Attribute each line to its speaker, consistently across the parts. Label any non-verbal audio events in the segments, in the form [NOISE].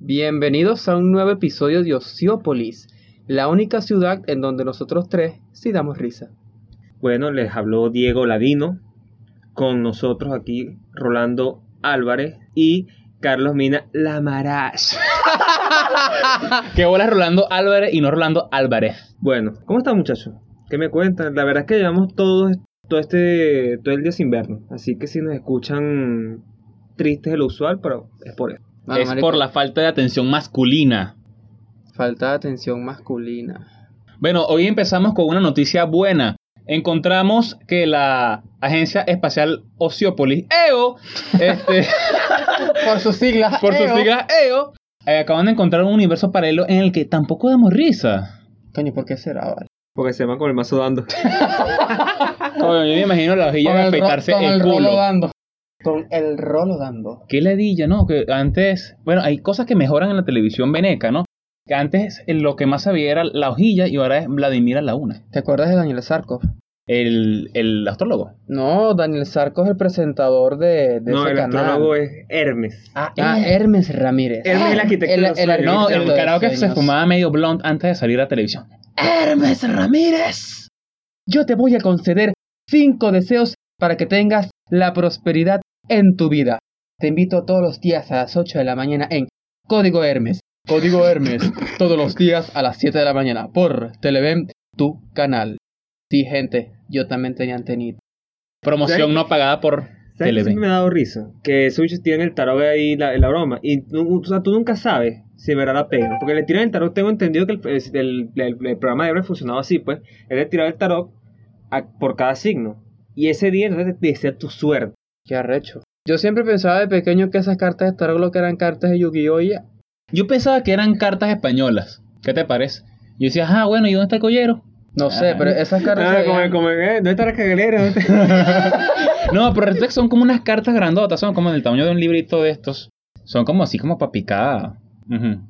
Speaker 1: Bienvenidos a un nuevo episodio de Ociópolis, la única ciudad en donde nosotros tres sí damos risa.
Speaker 2: Bueno, les habló Diego Ladino, con nosotros aquí Rolando Álvarez y Carlos Mina Lamarás.
Speaker 3: Que bola Rolando Álvarez y no Rolando Álvarez.
Speaker 2: Bueno, ¿cómo están muchachos? ¿Qué me cuentan? La verdad es que llevamos todo, est- todo, este, todo el día sin vernos, así que si nos escuchan tristes de lo usual, pero es por eso.
Speaker 1: Mano,
Speaker 3: es
Speaker 1: marico,
Speaker 3: por la falta de atención masculina.
Speaker 1: falta de atención masculina.
Speaker 3: Bueno, hoy empezamos con una noticia buena. Encontramos que la Agencia Espacial Ociópolis, EO, este,
Speaker 1: [LAUGHS] Por sus siglas. E
Speaker 3: por sus siglas EO, eh, acaban de encontrar un universo paralelo en el que tampoco damos risa.
Speaker 1: Coño, ¿por qué será? vale?
Speaker 2: Porque se van con el mazo dando.
Speaker 3: Coño, yo me imagino a la hojilla
Speaker 1: Con el ro-
Speaker 3: afeitarse
Speaker 1: con
Speaker 3: el,
Speaker 1: el
Speaker 3: culo.
Speaker 1: rolo dando. Con el rolo dando.
Speaker 3: Qué ladilla, ¿no? Que antes, bueno, hay cosas que mejoran en la televisión veneca, ¿no? Que antes eh, lo que más sabía era la hojilla y ahora es Vladimir a la una.
Speaker 1: ¿Te acuerdas de Daniel Sarkov?
Speaker 3: El, el astrólogo.
Speaker 1: No, Daniel Sarkov es el presentador de, de
Speaker 2: No,
Speaker 1: ese
Speaker 2: el
Speaker 1: canal.
Speaker 2: astrólogo es Hermes.
Speaker 1: Ah, Hermes Ramírez.
Speaker 2: Hermes es el arquitecto de los sueños.
Speaker 3: No, el
Speaker 2: Los
Speaker 3: carajo que se fumaba medio blond antes de salir a televisión. Hermes Ramírez.
Speaker 1: Yo te voy a conceder cinco deseos para que tengas la prosperidad en tu vida. Te invito todos los días a las 8 de la mañana en Código Hermes. Código
Speaker 2: [LAUGHS]
Speaker 1: Hermes, todos los días a las 7 de la mañana por Televen, tu canal. Sí, gente, yo también tenía antenita.
Speaker 3: Promoción
Speaker 2: ¿Sí?
Speaker 3: no pagada por
Speaker 2: ¿Sabes qué
Speaker 3: Televen.
Speaker 2: siempre me ha dado risa? Que esos bichos tienen el tarot ahí, la, la broma. Y tú, o sea, tú nunca sabes si en verdad la pegan. Porque le tiran el tarot, tengo entendido que el, el- el- el programa de Hermes funcionaba así, pues. Él le tiraba el tarot a- por cada signo. Y ese día entonces te decía tu suerte.
Speaker 1: Qué arrecho. Yo siempre pensaba de pequeño que esas cartas de Tarot lo que eran cartas de Yu-Gi-Oh! y-
Speaker 3: Yo pensaba que eran cartas españolas. ¿Qué te parece? Yo decía, ah, bueno, ¿y dónde está el collero?
Speaker 1: No sé,
Speaker 3: Ah.
Speaker 1: pero esas cartas.
Speaker 2: Ah,
Speaker 1: se
Speaker 2: como,
Speaker 1: veían-
Speaker 2: como, eh, ¿Dónde está la cagalera? ¿Dónde está? [LAUGHS]
Speaker 3: No, pero resulta que son como unas cartas grandotas, son como del tamaño de un librito de estos. Son como así como para picar. Ujú.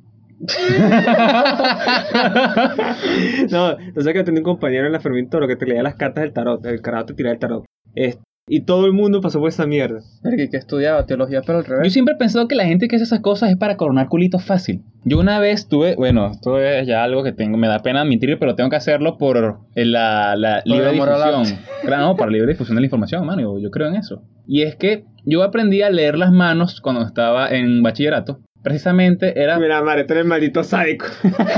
Speaker 2: No, entonces que tenía un compañero en la Fermín Toro que te leía las cartas del tarot. El carajo te tiraba el tarot. Es- y todo el mundo pasó por esa mierda.
Speaker 1: Verga, que estudiaba teología, pero al
Speaker 3: Yo
Speaker 1: revés.
Speaker 3: siempre he pensado que la gente que hace esas cosas es para coronar culitos fácil. Yo una vez tuve, bueno, esto es ya algo que tengo, me da pena admitir, pero tengo que hacerlo por eh, la, la
Speaker 1: Por
Speaker 3: libre
Speaker 1: amor al
Speaker 3: difusión.
Speaker 1: arte.
Speaker 3: [LAUGHS] Claro, no, para libre difusión de la información, mano, yo, yo creo en eso. Y es que yo aprendí a leer las manos cuando estaba en bachillerato. Precisamente era...
Speaker 2: Mira, madre, tú eres maldito sádico.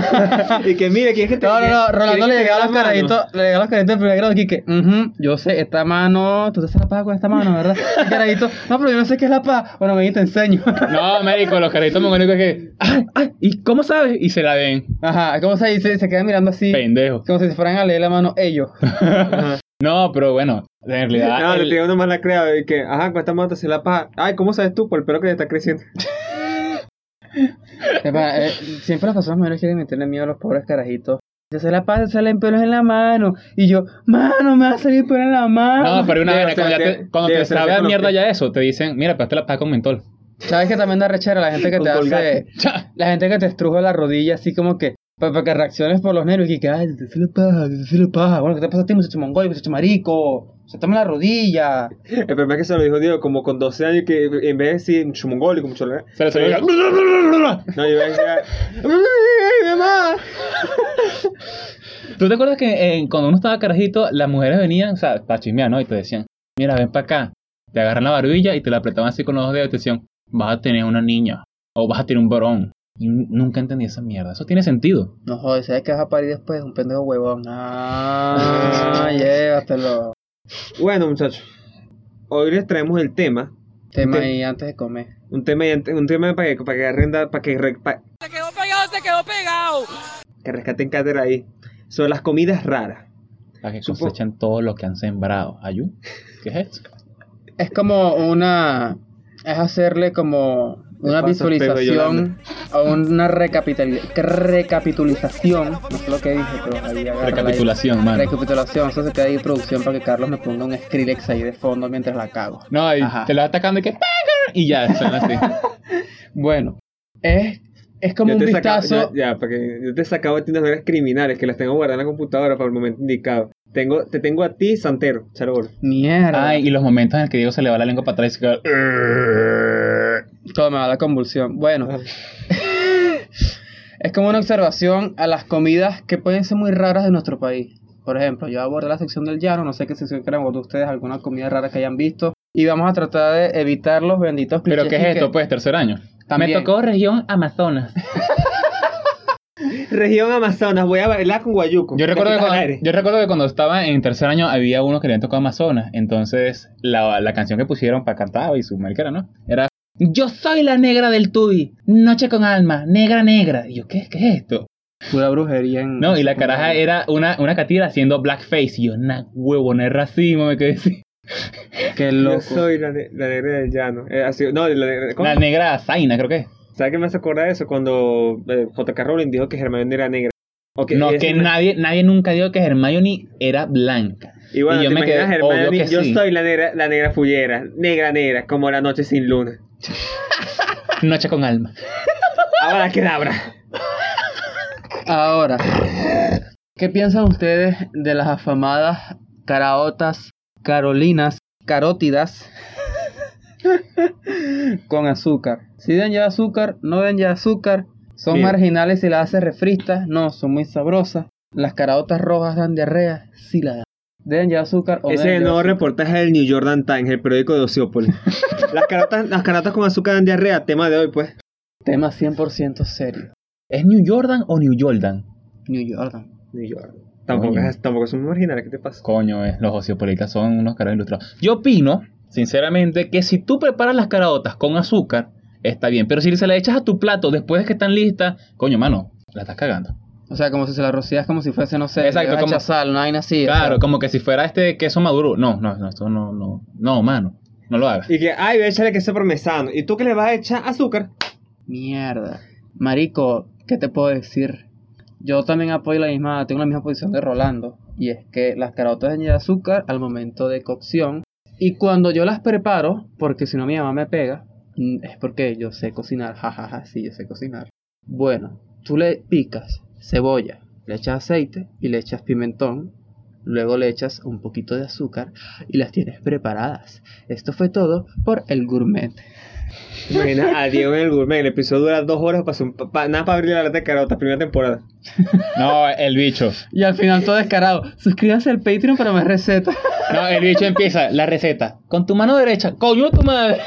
Speaker 2: [LAUGHS] y que mire, ¿quién es que te quiere- quiere que te vea las manos?
Speaker 1: le llegaba los carajitos de primer grado, Kike. yo sé, esta mano, tú te haces la paja con esta mano, ¿verdad? El carajito, no, pero yo no sé qué es la paja. Bueno, ven y te enseño. [LAUGHS]
Speaker 3: No, médico, los carajitos mongólicos que... "Ay, ay, ¿Y cómo sabes? Y se la ven.
Speaker 1: Ajá, ¿cómo se dice? Se quedan mirando así,
Speaker 3: Pendejo.
Speaker 1: como si se fueran a leer la mano ellos. [LAUGHS]
Speaker 2: Ajá.
Speaker 3: No, pero bueno, en
Speaker 2: No,
Speaker 3: realidad...
Speaker 2: le
Speaker 3: Ah, el-
Speaker 2: tenía una mala crea y que, ajá, con esta mano te hace la paja. Ay, ¿cómo sabes tú? Por el pelo que le está creciendo.
Speaker 1: Epa, eh, siempre las personas mayores quieren meterle miedo a los pobres carajitos. Se hace la paja, se salen pelos en la mano. Y yo, mano, me va a salir pelo en la mano.
Speaker 3: No, pero una
Speaker 2: Debe
Speaker 3: vez,
Speaker 2: ser
Speaker 3: cuando, ya
Speaker 2: que-
Speaker 3: te, cuando
Speaker 2: debe
Speaker 3: te
Speaker 2: ser
Speaker 3: sabe
Speaker 2: que
Speaker 3: a
Speaker 2: con los
Speaker 3: mierda
Speaker 2: que-
Speaker 3: ya eso, te dicen, mira, pero te la paga con mentol.
Speaker 1: ¿Sabes que también da rechera la gente que
Speaker 2: Con
Speaker 1: te hace...
Speaker 2: colgate.
Speaker 3: [LAUGHS] Cha.
Speaker 1: La gente que te estruja la rodilla así como que para, que reacciones por los nervios y que ay te filo paja, te filo paja. Bueno, ¿qué te pasa a ti, muchacho mongol, muchacho marico? Se toma la rodilla.
Speaker 2: El problema es que se lo dijo Diego, como con 12 años, que en vez de decir mucho mongólico, mucho No,
Speaker 3: Se le salió.
Speaker 2: yo iba a decir, "Ay, mamá!
Speaker 3: [LAUGHS] ¿Tú te acuerdas que eh, cuando uno estaba carajito, las mujeres venían, o sea, para chismear, ¿no? Y te decían, mira, ven para acá. Te agarran la barbilla y te la apretaban así con los dos dedos y te decían, vas a tener una niña o vas a tener un varón. Y n- nunca entendí esa mierda. Eso tiene sentido.
Speaker 1: No joder, ¿sabes qué vas a parir después? Un pendejo huevón. [LAUGHS] Ah, llévatelo.
Speaker 2: Bueno, muchachos, hoy les traemos el tema.
Speaker 1: Tema
Speaker 2: Te-
Speaker 1: ahí antes de comer.
Speaker 2: Un tema, y ante- un tema para que, para que arrenda, para que, re- pa- que rescaten cátedra ahí. Sobre las comidas raras.
Speaker 3: Para que
Speaker 2: Supo-
Speaker 3: cosechan todo lo que han sembrado. ¿Ayú? ¿Qué es esto?
Speaker 1: Es como una. Es hacerle como una
Speaker 2: pasa, Pedro
Speaker 1: visualización
Speaker 2: Yolanda?
Speaker 1: o una recapitali- recapitulización. No sé lo que dije, pero ahí agarra la-
Speaker 3: Recapitulación, mano.
Speaker 1: Recapitulación, eso se queda ahí en producción para que Carlos me ponga un Skrillex ahí de fondo mientras la cago.
Speaker 3: No, y
Speaker 1: Ajá.
Speaker 3: te la vas atacando y que... Y ya, son
Speaker 1: [LAUGHS]
Speaker 3: así.
Speaker 1: Bueno, es, es como
Speaker 2: Yo
Speaker 1: un
Speaker 2: te sacaba-
Speaker 1: vistazo.
Speaker 2: ya, ya, para que yo te sacaba a ti unas vergas criminales que las tengo guardadas en la computadora para el momento indicado. Tengo, te tengo a ti, Santero, Charol.
Speaker 1: Mierda.
Speaker 3: Ay, y los momentos en el que Diego se le va la lengua para atrás y se queda-
Speaker 1: Todo me va la convulsión. Bueno, [LAUGHS] Es como una observación a las comidas que pueden ser muy raras de nuestro país. Por ejemplo, yo abordé la sección del llano, no sé qué sección crean abordar ustedes, alguna comida rara que hayan visto. Y vamos a tratar de evitar los benditos clichés.
Speaker 3: ¿Pero qué es
Speaker 1: y
Speaker 3: esto, pues? Tercer año.
Speaker 1: También.
Speaker 3: Me tocó región Amazonas.
Speaker 2: Región Amazonas, voy a bailar con Guayuco.
Speaker 3: Yo recuerdo,
Speaker 2: Me
Speaker 3: que
Speaker 2: quitas
Speaker 3: cuando,
Speaker 2: el aire.
Speaker 3: yo recuerdo que cuando estaba en tercer año había uno que le tocó Amazonas. Entonces, la, la canción que pusieron para cantar y su marca ¿no? Era Yo soy la negra del tubi, noche con alma, negra, negra. Y yo, ¿qué, qué es esto?
Speaker 1: Pura brujería en...
Speaker 3: Pues- No, y la caraja era una, una catira haciendo blackface. Y yo, na huevo, no es racismo, me quedé así.
Speaker 1: Qué
Speaker 2: Yo
Speaker 1: loco.
Speaker 2: soy la, ne- la negra del llano. Eh, así- no, la negra- ¿cómo?
Speaker 3: La negra Zaina, creo que es.
Speaker 2: ¿Sabes qué me hace acordar de eso? Cuando eh, J.K. Rowling dijo que Hermione era negra. O
Speaker 3: no,
Speaker 2: es-
Speaker 3: que nadie, nadie nunca dijo que Hermione era blanca.
Speaker 2: Y bueno,
Speaker 3: y yo
Speaker 2: te
Speaker 3: me quedé,
Speaker 2: imaginas a
Speaker 3: obvio
Speaker 2: Hermione,
Speaker 3: que
Speaker 2: yo
Speaker 3: sí.
Speaker 2: soy la negra, la negra fullera, negra negra, como la noche sin luna.
Speaker 3: Noche con alma.
Speaker 2: Ahora quedabra.
Speaker 1: Ahora, ¿qué piensan ustedes de las afamadas caraotas, carolinas,
Speaker 3: [LAUGHS]
Speaker 1: carótidas con azúcar? Si den ya azúcar, no den ya azúcar, son
Speaker 2: Bien.
Speaker 1: marginales si las haces refristas, no, son muy sabrosas. Las caraotas rojas dan diarrea, sí la dan. Den ya azúcar o
Speaker 2: Ese
Speaker 1: den
Speaker 2: es el
Speaker 1: ya
Speaker 2: nuevo
Speaker 1: azúcar.
Speaker 2: reportaje del New Jordan Times, el periódico de
Speaker 3: [LAUGHS]
Speaker 2: Ociópolis. las, carotas, las carotas con azúcar dan diarrea, tema de hoy, pues.
Speaker 1: Tema 100% serio.
Speaker 3: ¿Es New Jordan o New Jordan?
Speaker 1: New York.
Speaker 2: New York. Tampoco,
Speaker 3: Coño.
Speaker 2: es, tampoco somos marginales, ¿qué te pasa?
Speaker 3: Coño, eh, los ociopolitas son unos caras ilustrados. Yo opino, sinceramente, que si tú preparas las caraotas con azúcar, está bien. Pero si se las echas a tu plato después de que están listas, coño, mano, la estás cagando.
Speaker 1: O sea, como si se la rocías como si fuese, no sé,
Speaker 3: Exacto,
Speaker 1: como...
Speaker 3: como-
Speaker 1: sal, una vaina así. o
Speaker 3: Claro,
Speaker 1: sea.
Speaker 3: como que si fuera este queso maduro. No, no, no, esto no, no, no, mano, no lo
Speaker 1: [LAUGHS]
Speaker 3: hagas.
Speaker 2: Y que, ay, voy a echarle queso parmesano. ¿Y tú qué le vas a echar? Azúcar.
Speaker 1: Mierda. Marico, ¿qué te puedo decir? Yo también apoyo la misma, tengo la misma posición de Rolando. Y es que las carotas de azúcar al momento de cocción. Y cuando yo las preparo, porque si no mi mamá me pega, mm, es porque yo sé cocinar, [LAUGHS] jajaja, sí, yo sé cocinar. Bueno, tú le picas cebolla, le echas aceite y le echas pimentón, luego le echas un poquito de azúcar y las tienes preparadas. Esto fue todo por el gourmet.
Speaker 2: ¿Te imaginas
Speaker 1: [LAUGHS]
Speaker 2: a Diego en el gourmet? El episodio dura dos horas para hacer un- pa- nada para abrir la lata de carotas, primera temporada.
Speaker 3: No, el bicho.
Speaker 1: Y al final todo descarado. Suscríbanse al Patreon para más recetas.
Speaker 3: No, el bicho empieza la receta. Con tu mano derecha, coño tu madre.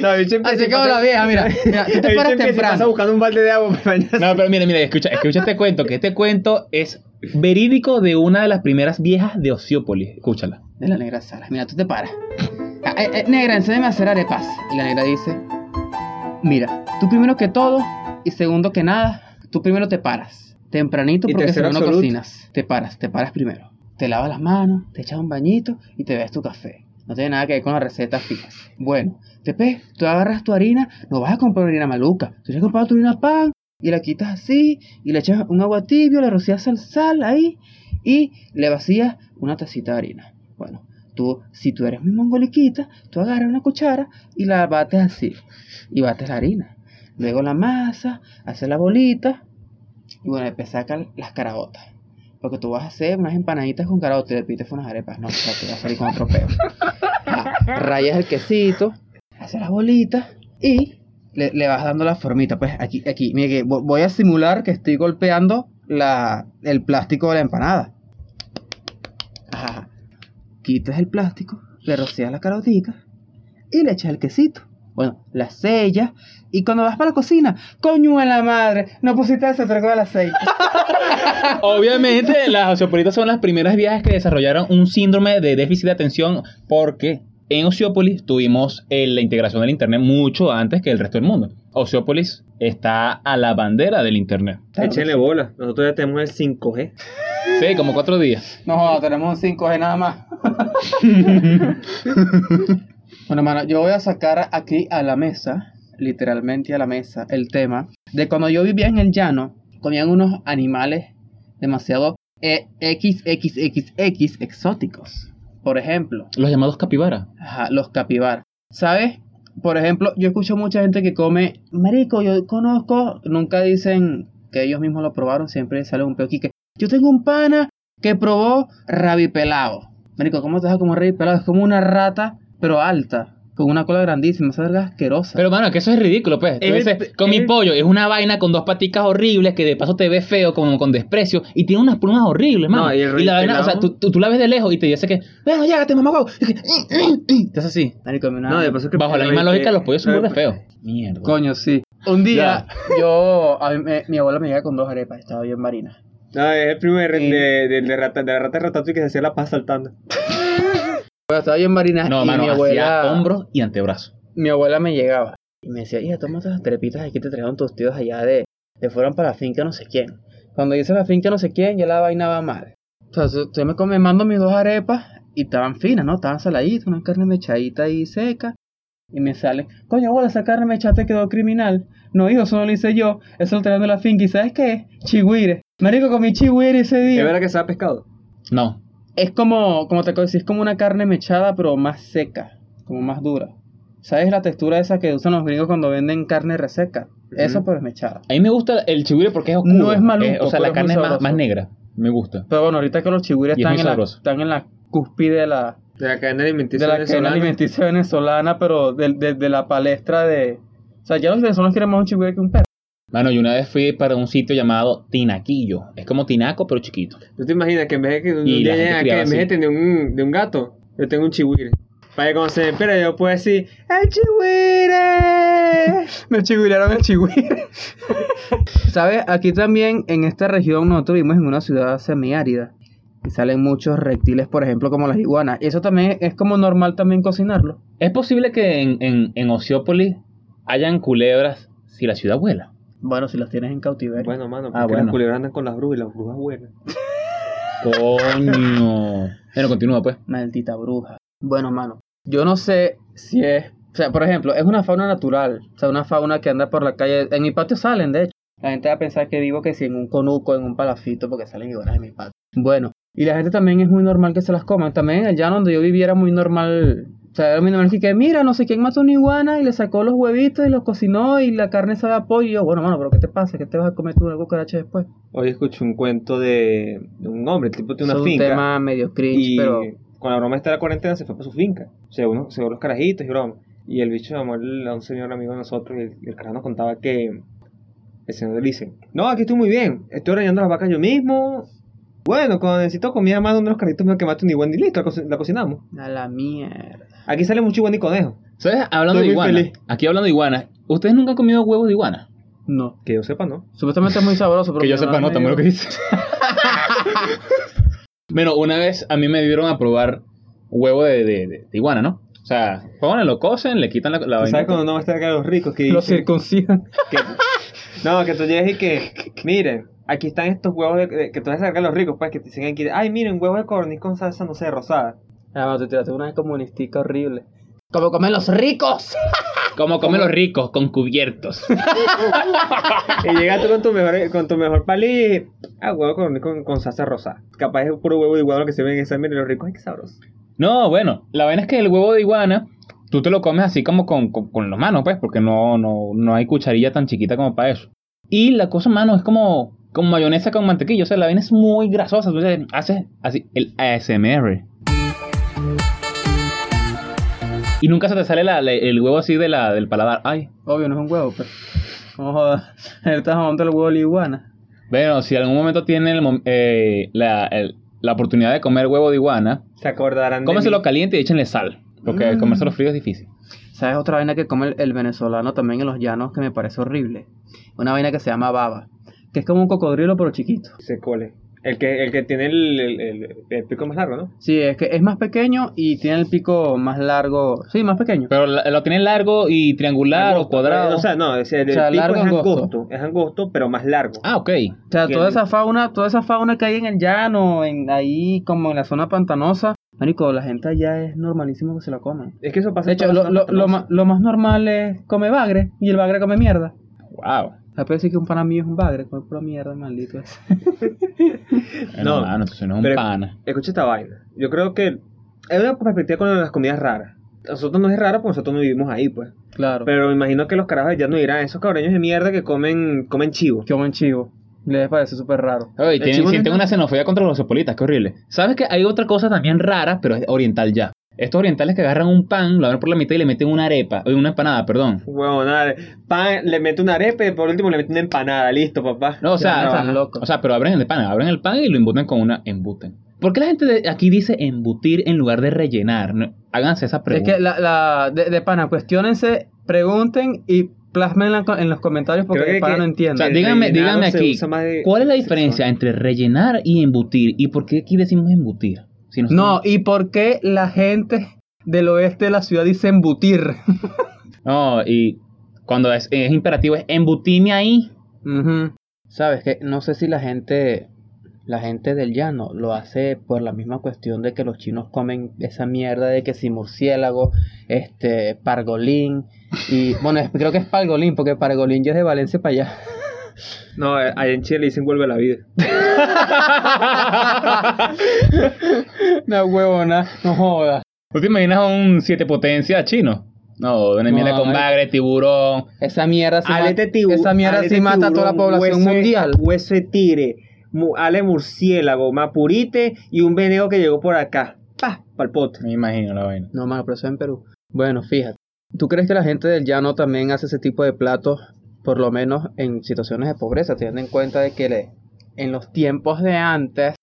Speaker 2: No, el bicho empieza
Speaker 1: Así
Speaker 2: y
Speaker 1: que
Speaker 2: pasa-
Speaker 1: la vieja, mira, mira, tú
Speaker 2: El
Speaker 1: te
Speaker 2: bicho
Speaker 1: paras
Speaker 2: empieza y pasa
Speaker 1: temprano.
Speaker 2: buscando un balde de agua para bañarse.
Speaker 3: No, pero mira, mira, escucha, escucha este cuento, que este cuento es verídico de una de las primeras viejas de Ociópolis. Escúchala.
Speaker 1: De la negra Sara, mira, tú te paras. Ah, eh, eh, negra, enséñame a hacer arepas. Y la negra dice, mira, tú primero que todo y segundo que nada, tú primero te paras. Tempranito
Speaker 2: Y
Speaker 1: porque si
Speaker 2: tercero
Speaker 1: no, no
Speaker 2: absoluto.
Speaker 1: cocinas. Te paras, te paras primero. Te lavas las manos, te echas un bañito y te bebes tu café. No tiene nada que ver con las recetas fijas. Bueno, después tú agarras tu harina, no vas a comprar harina maluca. Tú tienes que comprar tu harina pan y la quitas así y le echas un agua tibio, le rocías sal, sal ahí y le vacías una tacita de harina. Bueno, tú, si tú eres muy mongoliquita, tú agarras una cuchara y la bates así y bates la harina. Luego la masa, haces la bolita y bueno, después sacas las caraotas. Porque tú vas a hacer unas empanaditas con caraotas y después te fue unas arepas. No, o sea, te va a salir con otro peo. Ah, rayas el quesito, haces las bolitas y le, le vas dando la formita. Pues aquí, aquí, mire que vo- voy a simular que estoy golpeando la, el plástico de la empanada. Ajá. Quitas el plástico, le rocías la carotica y le echas el quesito. Bueno, la sellas y cuando vas para la cocina, coño a la madre, no pusiste el cerco del aceite.
Speaker 3: Obviamente, las Ociópolis son las primeras viejas que desarrollaron un síndrome de déficit de atención porque en Ociópolis tuvimos eh, la integración del Internet mucho antes que el resto del mundo. Ociópolis está a la bandera del Internet.
Speaker 2: [LAUGHS]
Speaker 1: Claro.
Speaker 2: Échenle bola. Nosotros ya tenemos el 5G.
Speaker 3: Sí, como cuatro días.
Speaker 1: [LAUGHS] No, joda, tenemos un 5G nada [LAUGHS] más. bueno, hermano, yo voy a sacar aquí a la mesa, literalmente a la mesa, el tema de cuando yo vivía en el llano, comían unos animales demasiado eh, XXXX exóticos. Por ejemplo,
Speaker 3: Los llamados capibara.
Speaker 1: ajá, los capibar. ¿Sabes? Por ejemplo, yo escucho mucha gente que come, marico, yo conozco, nunca dicen que ellos mismos lo probaron, siempre sale un peo aquí que yo tengo un pana que probó rabipelado. Marico, ¿cómo te vas a comer rabipelado? Es como una rata, pero alta. con una cola grandísima, esa verga es asquerosa.
Speaker 3: Pero, mano, que eso es ridículo, pues. Tú
Speaker 2: Es el-
Speaker 3: dices, con mi
Speaker 2: es el-
Speaker 3: pollo, es una vaina con dos paticas horribles que de paso te ve feo, como con desprecio, y tiene unas plumas horribles, mano.
Speaker 2: No, y
Speaker 3: y,
Speaker 2: el
Speaker 3: la vaina,
Speaker 2: pelado-
Speaker 3: o sea, tú, tú, tú la ves de lejos y te dice que, bueno, llégate, mamá, guau. Y que, "Mm, Te hace así.
Speaker 1: Marico, a mí una-
Speaker 2: No, de paso es que.
Speaker 3: Bajo la
Speaker 2: eh,
Speaker 3: misma
Speaker 2: eh,
Speaker 3: lógica, los pollos son
Speaker 2: eh,
Speaker 3: burda feos. Mierda.
Speaker 1: [LAUGHS] Coño, sí. Un día, yo, a mí me- mi abuela me llega con dos arepas, estaba bien marina.
Speaker 2: No, es el primer
Speaker 1: Sí.
Speaker 2: de, de, de, rata, de la rata de Ratatouille que se hacía la paz saltando.
Speaker 1: Bueno, estaba bien marina y
Speaker 3: No,
Speaker 1: mi
Speaker 3: mano,
Speaker 1: abuela,
Speaker 3: hacia hombros y antebrazos.
Speaker 1: mi abuela me llegaba y me decía, hija, toma las arepitas aquí te trajeron tus tíos allá de, te fueron para la finca no sé quién. Cuando hice la finca no sé quién, ya la vaina va mal. O sea, yo- yo me, com- me mando mis dos arepas y estaban finas, ¿no? Estaban saladitas, una carne mechadita y seca. Y me salen, coño, abuela, esa carne mechada te quedó criminal. No, hijo, eso no lo hice yo. Eso lo trajeron de la finca. ¿Y sabes qué? Chihuire. Marico, comí chihuire ese día.
Speaker 2: ¿Es verdad que sabe pescado?
Speaker 3: No.
Speaker 1: Es como, como te acabo de decir, es como una carne mechada, pero más seca, como más dura. ¿Sabes la textura esa que usan los gringos cuando venden carne reseca? Eso,
Speaker 2: Ujú.
Speaker 1: pero es mechada.
Speaker 3: A mí me gusta el chigüire porque es oscuro.
Speaker 1: No es maluco,
Speaker 3: Eh, o sea,
Speaker 1: pero
Speaker 3: la
Speaker 1: es
Speaker 3: carne
Speaker 1: muy
Speaker 3: es más,
Speaker 1: sabroso.
Speaker 3: más negra. Me gusta.
Speaker 1: Pero bueno, ahorita que los chigüires
Speaker 3: Y es
Speaker 1: están,
Speaker 3: muy
Speaker 1: en la-
Speaker 3: sabroso.
Speaker 1: están en la cúspide de la,
Speaker 2: De la cadena
Speaker 1: de
Speaker 2: alimenticia
Speaker 1: la cadena
Speaker 2: venezolana.
Speaker 1: alimenticia venezolana, pero de, de- de la palestra de... O sea, ya los venezolanos quieren más un chigüire que un perro.
Speaker 3: Mano, yo una vez fui para un sitio llamado Tinaquillo. Es como Tinaco, pero chiquito.
Speaker 2: ¿Tú te imaginas que en vez de que un
Speaker 3: Y
Speaker 2: día
Speaker 3: la gente
Speaker 2: llega que
Speaker 3: criaba
Speaker 2: en vez de
Speaker 3: así.
Speaker 2: tener un, de un gato, yo tengo un chihuire? Para que cuando se me espera yo pueda decir, ¡El chihuire!
Speaker 1: Me chigüiraron el chigüire. [LAUGHS] ¿Sabes? Aquí también, en esta región, nosotros vivimos en una ciudad semiárida. Y salen muchos reptiles, por ejemplo, como las iguanas. Y eso también es como normal también cocinarlo.
Speaker 3: ¿Es posible que en, en, en Ociópolis hayan culebras si la ciudad vuela?
Speaker 1: Bueno, si las tienes en cautiverio.
Speaker 2: Bueno, mano, porque
Speaker 3: Ah, bueno.
Speaker 2: las culebras andan con las brujas y las brujas buenas.
Speaker 1: [LAUGHS]
Speaker 3: Coño. Bueno, continúa pues.
Speaker 1: Maldita bruja. Bueno, mano. Yo no sé si es... O sea, por ejemplo, es una fauna natural. O sea, una fauna que anda por la calle. En mi patio salen, de hecho. La gente va a pensar que vivo que si en un conuco, en un palafito, porque salen iguanas en mi patio. Bueno. Y la gente también es muy normal que se las coman. También en el llano donde yo vivía era muy normal... O sea, era muy normal que, que, mira, no sé quién mató una iguana y le sacó los huevitos y los cocinó y la carne sabe a pollo. Y yo, bueno, mano, pero ¿qué te pasa? ¿Qué te vas a comer tú una cucaracha después?
Speaker 2: Hoy escuché un cuento de de un hombre, el tipo de una
Speaker 1: Eso es
Speaker 2: finca.
Speaker 1: un tema medio cringe,
Speaker 2: y
Speaker 1: pero...
Speaker 2: con la broma esta de la cuarentena se fue para su finca. Se uno, se vio los carajitos y broma. Y el bicho llamó al- a un señor amigo de nosotros y el, y el carajo nos contaba que el señor le dice, no, aquí estoy muy bien, estoy ordeñando las vacas yo mismo. Bueno, cuando necesito comida más, uno de los carajitos me que mate un iguana y listo, la, co- la cocinamos.
Speaker 1: A la mierda.
Speaker 2: Aquí sale mucho iguana y conejo.
Speaker 3: ¿Sabes? Hablando
Speaker 2: Estoy
Speaker 3: de
Speaker 2: muy
Speaker 3: iguanas.
Speaker 2: feliz.
Speaker 3: Aquí hablando de iguanas. ¿Ustedes nunca han comido huevos de iguana?
Speaker 1: No.
Speaker 2: Que yo sepa, ¿no?
Speaker 1: Supuestamente es muy sabroso, pero...
Speaker 3: que yo
Speaker 1: mi mamá
Speaker 3: sepa, no,
Speaker 1: me
Speaker 3: tampoco lo que
Speaker 1: dijo-
Speaker 3: dice. [LAUGHS] bueno, una vez a mí me dieron a probar huevo de, de- de- de iguana, ¿no? O sea, jóvenes lo cocen, le quitan la, la
Speaker 2: Tú
Speaker 3: vaina.
Speaker 2: ¿Sabes cuando uno va a estar acá los
Speaker 1: [LAUGHS]
Speaker 2: ricos que
Speaker 1: Lo
Speaker 2: dicen
Speaker 1: circuncidan.
Speaker 2: que, No, que tú llegas y que, miren, aquí están estos huevos de, de- que tú vas a sacar los ricos, pues, que te dicen aquí, ay, miren, huevo de codorniz con salsa, no sé, rosada.
Speaker 1: Ah, mano, te tiraste una comunistica horrible. Como comen los ricos.
Speaker 3: Como comen los ricos, con cubiertos.
Speaker 2: Y llegas tú con tu mejor, con tu mejor palí. Ah, huevo con, con, con salsa rosa. Capaz es puro huevo de igual lo que se ve en esa mira y los ricos. Ay, qué sabroso.
Speaker 3: No, bueno, la vaina es que el huevo de iguana, tú te lo comes así como con, con, con las manos, pues, porque no, no, no hay cucharilla tan chiquita como para eso. Y la cosa, mano, es como, como mayonesa con mantequilla, o sea, la vaina es muy grasosa, entonces haces así el ASMR. Y nunca se te sale la- la- el huevo así de la, del paladar. Ay,
Speaker 1: Obvio, no es un huevo, pero... ¿Cómo [LAUGHS] jodas? Estás mamando el huevo de la iguana.
Speaker 3: bueno, si en algún momento tienen el mom- eh, la, el- la oportunidad de comer huevo de iguana,
Speaker 2: Se acordarán de
Speaker 3: cómenselo
Speaker 2: mí.
Speaker 3: caliente y échenle sal, porque
Speaker 1: Mm.
Speaker 3: comérselo frío es difícil.
Speaker 1: ¿Sabes otra vaina que come el, el venezolano también en los llanos que me parece horrible? Una vaina que se llama baba. Que es como un cocodrilo, pero chiquito.
Speaker 2: Se cole. El que, el que tiene el, el, el- el pico más largo, ¿no?
Speaker 1: Sí, es que es más pequeño y tiene el pico más largo. Sí, más pequeño.
Speaker 3: Pero la- lo tienen largo y triangular
Speaker 2: Angosto.
Speaker 3: o cuadrado.
Speaker 2: O sea, no, es- el,
Speaker 1: O sea,
Speaker 2: el pico
Speaker 1: largo,
Speaker 2: es
Speaker 1: angosto.
Speaker 2: angosto. Es angosto, pero más largo.
Speaker 3: ah, ok.
Speaker 1: O sea,
Speaker 2: Bien.
Speaker 1: toda esa fauna, toda esa fauna que hay en el llano, en ahí como en la zona pantanosa, marico, la gente allá es normalísimo que se la coman.
Speaker 2: Es que eso pasa.
Speaker 1: De hecho,
Speaker 2: en
Speaker 1: lo,
Speaker 2: todas las
Speaker 1: lo, lo
Speaker 2: zonas
Speaker 1: ma- lo más normal es come bagre y el bagre come mierda.
Speaker 3: Wow.
Speaker 1: O sea, puede decir que un pana mío es un bagre, come pura mierda, maldito es.
Speaker 3: No,
Speaker 2: No,
Speaker 3: mano, tú no es un
Speaker 2: pero-
Speaker 3: pana.
Speaker 2: Escucha esta vaina. Yo creo que es una perspectiva con las comidas raras. A Nosotros no es raro porque nosotros no vivimos ahí, pues.
Speaker 1: Claro.
Speaker 2: Pero me imagino que los carajos ya no dirán esos cabreños de mierda que comen, comen chivo.
Speaker 1: Qué buen chivo. Les parece súper raro.
Speaker 3: Oye, tienen,
Speaker 2: chimbo no es
Speaker 3: sienten
Speaker 2: nada.
Speaker 3: una xenofobia contra los opolitas, qué horrible. ¿Sabes que hay otra cosa también rara, pero es oriental ya? Estos orientales que agarran un pan, lo abren por la mitad y le meten una arepa, o una empanada, perdón.
Speaker 2: Huevo, nada. Pan, le mete una arepa y por último le mete una empanada. Listo, papá.
Speaker 3: No, o sea,
Speaker 1: no,
Speaker 3: o sea,
Speaker 1: estás loco.
Speaker 3: o sea, pero abren el pan, abren el pan y lo embutan con una embuten. ¿Por qué la gente de aquí dice embutir en lugar de rellenar? No, háganse esa
Speaker 1: Es
Speaker 3: pregunta.
Speaker 1: que la, la de, de pana, cuestionense, pregunten y plásmenla co- en los comentarios porque
Speaker 2: Creo
Speaker 1: de
Speaker 2: que-
Speaker 1: pana
Speaker 2: que-
Speaker 1: no entiende.
Speaker 3: O sea,
Speaker 2: El
Speaker 3: díganme-
Speaker 2: rellenado
Speaker 3: díganme
Speaker 2: se
Speaker 3: aquí,
Speaker 2: usa más de-
Speaker 3: ¿Cuál es la
Speaker 2: sexual.
Speaker 3: diferencia entre rellenar y embutir? ¿Y por qué aquí decimos embutir? Si
Speaker 1: No, ¿y por qué la gente del oeste de la ciudad dice embutir?
Speaker 3: No, y cuando es, es imperativo es embutime ahí.
Speaker 1: Ujú. Sabes que no sé si la gente la gente del llano lo hace por la misma cuestión de que los chinos comen esa mierda de que si murciélago, este pargolín y bueno, es- creo que es pargolín porque pargolín ya es de Valencia para allá. [LAUGHS]
Speaker 2: No, eh, ahí en Chile le dicen vuelve a la vida.
Speaker 1: Una huevona, no jodas.
Speaker 3: ¿Tú te imaginas un siete potencia chino? No, una
Speaker 1: No,
Speaker 3: miel con
Speaker 1: ay.
Speaker 3: magre, tiburón.
Speaker 1: Esa mierda sí, ma-
Speaker 2: Alete tibu-
Speaker 1: esa mierda
Speaker 2: alete
Speaker 1: sí mata a toda la
Speaker 2: tiburón,
Speaker 1: población
Speaker 2: hueso de-
Speaker 1: mundial.
Speaker 2: Hueso de tigre, mu- ale murciélago, mapurite y un veneo que llegó por acá. Pa, pa'l pote.
Speaker 3: Me imagino la vaina.
Speaker 1: No, mano, pero eso es en Perú. Bueno, fíjate. ¿Tú crees que la gente del llano también hace ese tipo de platos, por lo menos en situaciones de pobreza, teniendo en cuenta de que le- en los tiempos de antes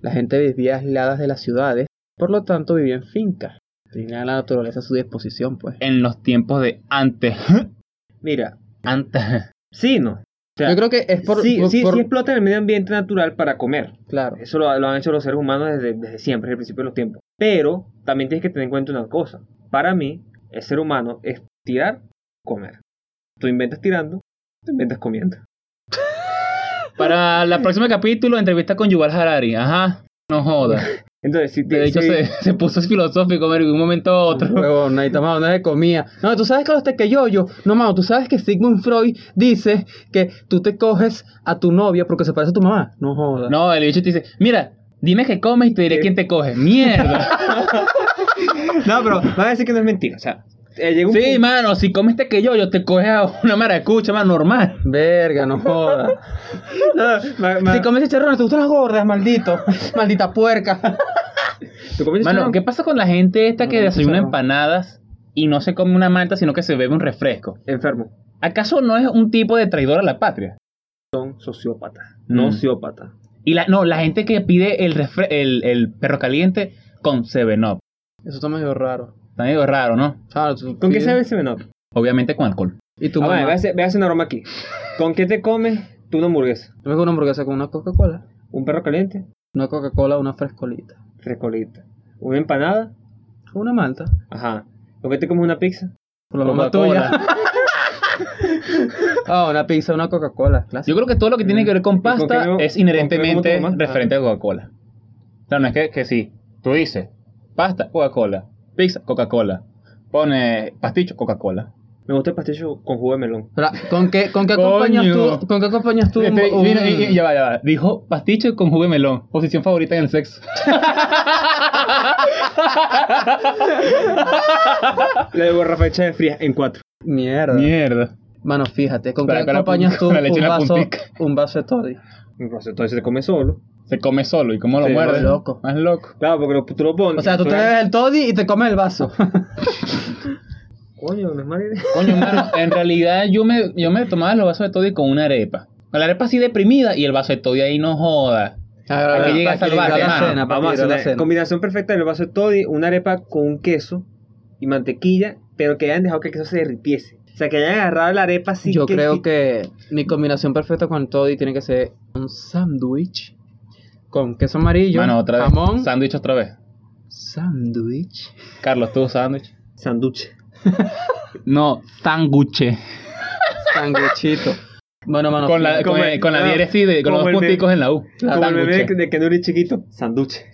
Speaker 1: la gente vivía aisladas de las ciudades, por lo tanto vivía en fincas. Tenía la naturaleza a su disposición, pues.
Speaker 3: En los tiempos de antes. [LAUGHS]
Speaker 2: Mira,
Speaker 3: antes.
Speaker 2: sí, no. O sea,
Speaker 1: Yo creo que es por...
Speaker 2: sí,
Speaker 1: por-
Speaker 2: sí,
Speaker 1: por-
Speaker 2: sí explotan el medio ambiente natural para comer.
Speaker 1: [LAUGHS] Claro.
Speaker 2: Eso lo, lo han hecho los seres humanos desde, desde siempre, desde el principio de los tiempos. Pero también tienes que tener en cuenta una cosa. Para mí, el ser humano es tirar, comer. Tú inventas tirando, tú inventas comiendo.
Speaker 3: Para el próximo capítulo, entrevista con Yuval Harari. Ajá. No jodas.
Speaker 2: Entonces, si,
Speaker 3: De
Speaker 2: si-
Speaker 3: hecho, se, se puso filosófico en un momento a otro.
Speaker 1: Huevón, ahí estamos hablando de comida. No, tú sabes que los tequeyollos. No, mano, tú sabes que Sigmund Freud dice que tú te coges a tu novia porque se parece a tu mamá. No jodas.
Speaker 3: No, el bicho te dice: Mira, dime qué comes y te diré
Speaker 2: ¿Qué?
Speaker 3: quién te coge. [LAUGHS] Mierda.
Speaker 2: [LAUGHS] No, pero van a decir que no es mentira. O sea, eh, llega un
Speaker 3: sí,
Speaker 2: [LAUGHS] punto-
Speaker 3: mano, si comes este que yo, yo te coge a una maracucha más normal.
Speaker 1: Verga, no jodas.
Speaker 2: Ma- ma-
Speaker 1: Si comes chicharrones, te gustan las gordas,
Speaker 3: [LAUGHS]
Speaker 1: maldito. Maldita puerca.
Speaker 2: ¿Tú comes
Speaker 3: Mano,
Speaker 2: chicharrón?
Speaker 3: ¿qué pasa con la gente esta que
Speaker 2: No, no,
Speaker 3: desayuna
Speaker 2: chicharrón.
Speaker 3: empanadas y no se come una manta, sino que se bebe un refresco?
Speaker 2: Enfermo.
Speaker 3: ¿Acaso no es un tipo de traidor a la patria?
Speaker 2: Son sociópatas,
Speaker 3: Mm.
Speaker 2: no sociópatas.
Speaker 3: Y la, no, la gente que pide el, refre- el, el perro caliente con 7-Up.
Speaker 1: Eso está medio raro.
Speaker 3: Está medio raro, ¿no?
Speaker 1: Claro, tú
Speaker 2: ¿Con qué
Speaker 1: pides-
Speaker 2: se ve ese menor?
Speaker 3: Obviamente con alcohol.
Speaker 1: Y tu
Speaker 2: Ah,
Speaker 1: mamá.
Speaker 2: vale, ve a hacer- ve a hacer una broma aquí. ¿Con qué te comes tú una hamburguesa?
Speaker 1: Yo me como una hamburguesa con una Coca-Cola.
Speaker 2: ¿Un perro caliente?
Speaker 1: Una Coca-Cola, una frescolita.
Speaker 2: Frescolita. ¿Una empanada?
Speaker 1: Una malta.
Speaker 2: Ajá. ¿Con qué te comes una pizza?
Speaker 1: Por la mamá tuya.
Speaker 3: Coca-Cola.
Speaker 1: Ah, una pizza, una Coca-Cola.
Speaker 3: Yo
Speaker 1: Clásico.
Speaker 3: creo que todo lo que tiene que ver
Speaker 2: con
Speaker 3: con
Speaker 2: qué
Speaker 3: pasta
Speaker 2: no- con
Speaker 3: es
Speaker 2: qué
Speaker 3: inherentemente
Speaker 2: no tomas?
Speaker 3: referente a Coca-Cola. Claro, no es que, que sí. Tú dices pasta, Coca-Cola. Pizza, Coca-Cola. Pone pasticho, Coca-Cola.
Speaker 2: Me gusta el pastillo con jugo de melón.
Speaker 1: Pero, ¿Con qué, con qué
Speaker 3: Coño.
Speaker 1: acompañas tú? ¿Con qué acompañas tú? un-
Speaker 3: Este,
Speaker 1: un-
Speaker 3: mira, y- y- ya va, ya va. Dijo pasticho con jugo de melón. Posición favorita en el sexo.
Speaker 2: Le debo Rafa hecha de fría en cuatro.
Speaker 1: Mierda.
Speaker 3: Mierda.
Speaker 1: Mano, fíjate, ¿con
Speaker 3: Para
Speaker 1: qué
Speaker 3: con la
Speaker 1: acompañas tú
Speaker 3: punta- con la leche
Speaker 1: un
Speaker 3: en la
Speaker 1: vaso,
Speaker 3: puntica.
Speaker 1: un vaso de toddy?
Speaker 2: Entonces entonces se come solo.
Speaker 3: Se come solo. ¿Y cómo lo
Speaker 2: Sí,
Speaker 3: muerde?
Speaker 1: más loco.
Speaker 3: Más loco.
Speaker 2: Claro, porque lo- tú lo pones.
Speaker 1: O sea, tú te
Speaker 2: le-
Speaker 1: bebes el toddy y te comes el vaso.
Speaker 2: Coño, no es mala idea.
Speaker 3: Coño,
Speaker 2: [LAUGHS]
Speaker 3: hermano, en realidad yo me, yo me tomaba los vasos de toddy con una arepa. Con la arepa así deprimida y el vaso de toddy ahí no joda.
Speaker 1: Para
Speaker 3: que llegue
Speaker 1: para
Speaker 3: a salvarte,
Speaker 1: equilibrar
Speaker 3: mano.
Speaker 1: la cena, para
Speaker 2: Vamos a hacer
Speaker 1: equilibrar
Speaker 2: una
Speaker 1: la cena.
Speaker 2: combinación perfecta del vaso de toddy, una arepa con un queso y mantequilla, pero que hayan dejado que el queso se derritiese. O sea, que hayan agarrado la arepa así.
Speaker 1: Yo creo
Speaker 2: sí-
Speaker 1: que mi combinación perfecta con el toddy tiene que ser un sándwich con queso amarillo,
Speaker 3: Mano, otra vez.
Speaker 1: jamón,
Speaker 3: Sándwich otra vez.
Speaker 1: sándwich.
Speaker 3: Carlos, tú sándwich.
Speaker 2: Sanduche.
Speaker 3: No, sanguche.
Speaker 1: Sándwichito. Bueno, mano,
Speaker 3: Con la,
Speaker 1: fíjate.
Speaker 3: con,
Speaker 2: como
Speaker 3: el-
Speaker 2: el-
Speaker 3: con la
Speaker 2: ah,
Speaker 3: diéresis de- con
Speaker 2: como
Speaker 3: los
Speaker 2: el
Speaker 3: dos
Speaker 2: de-
Speaker 3: punticos en la U.
Speaker 2: Como el bebé
Speaker 3: Sanguche.
Speaker 2: de Kenuri chiquito, sanduche.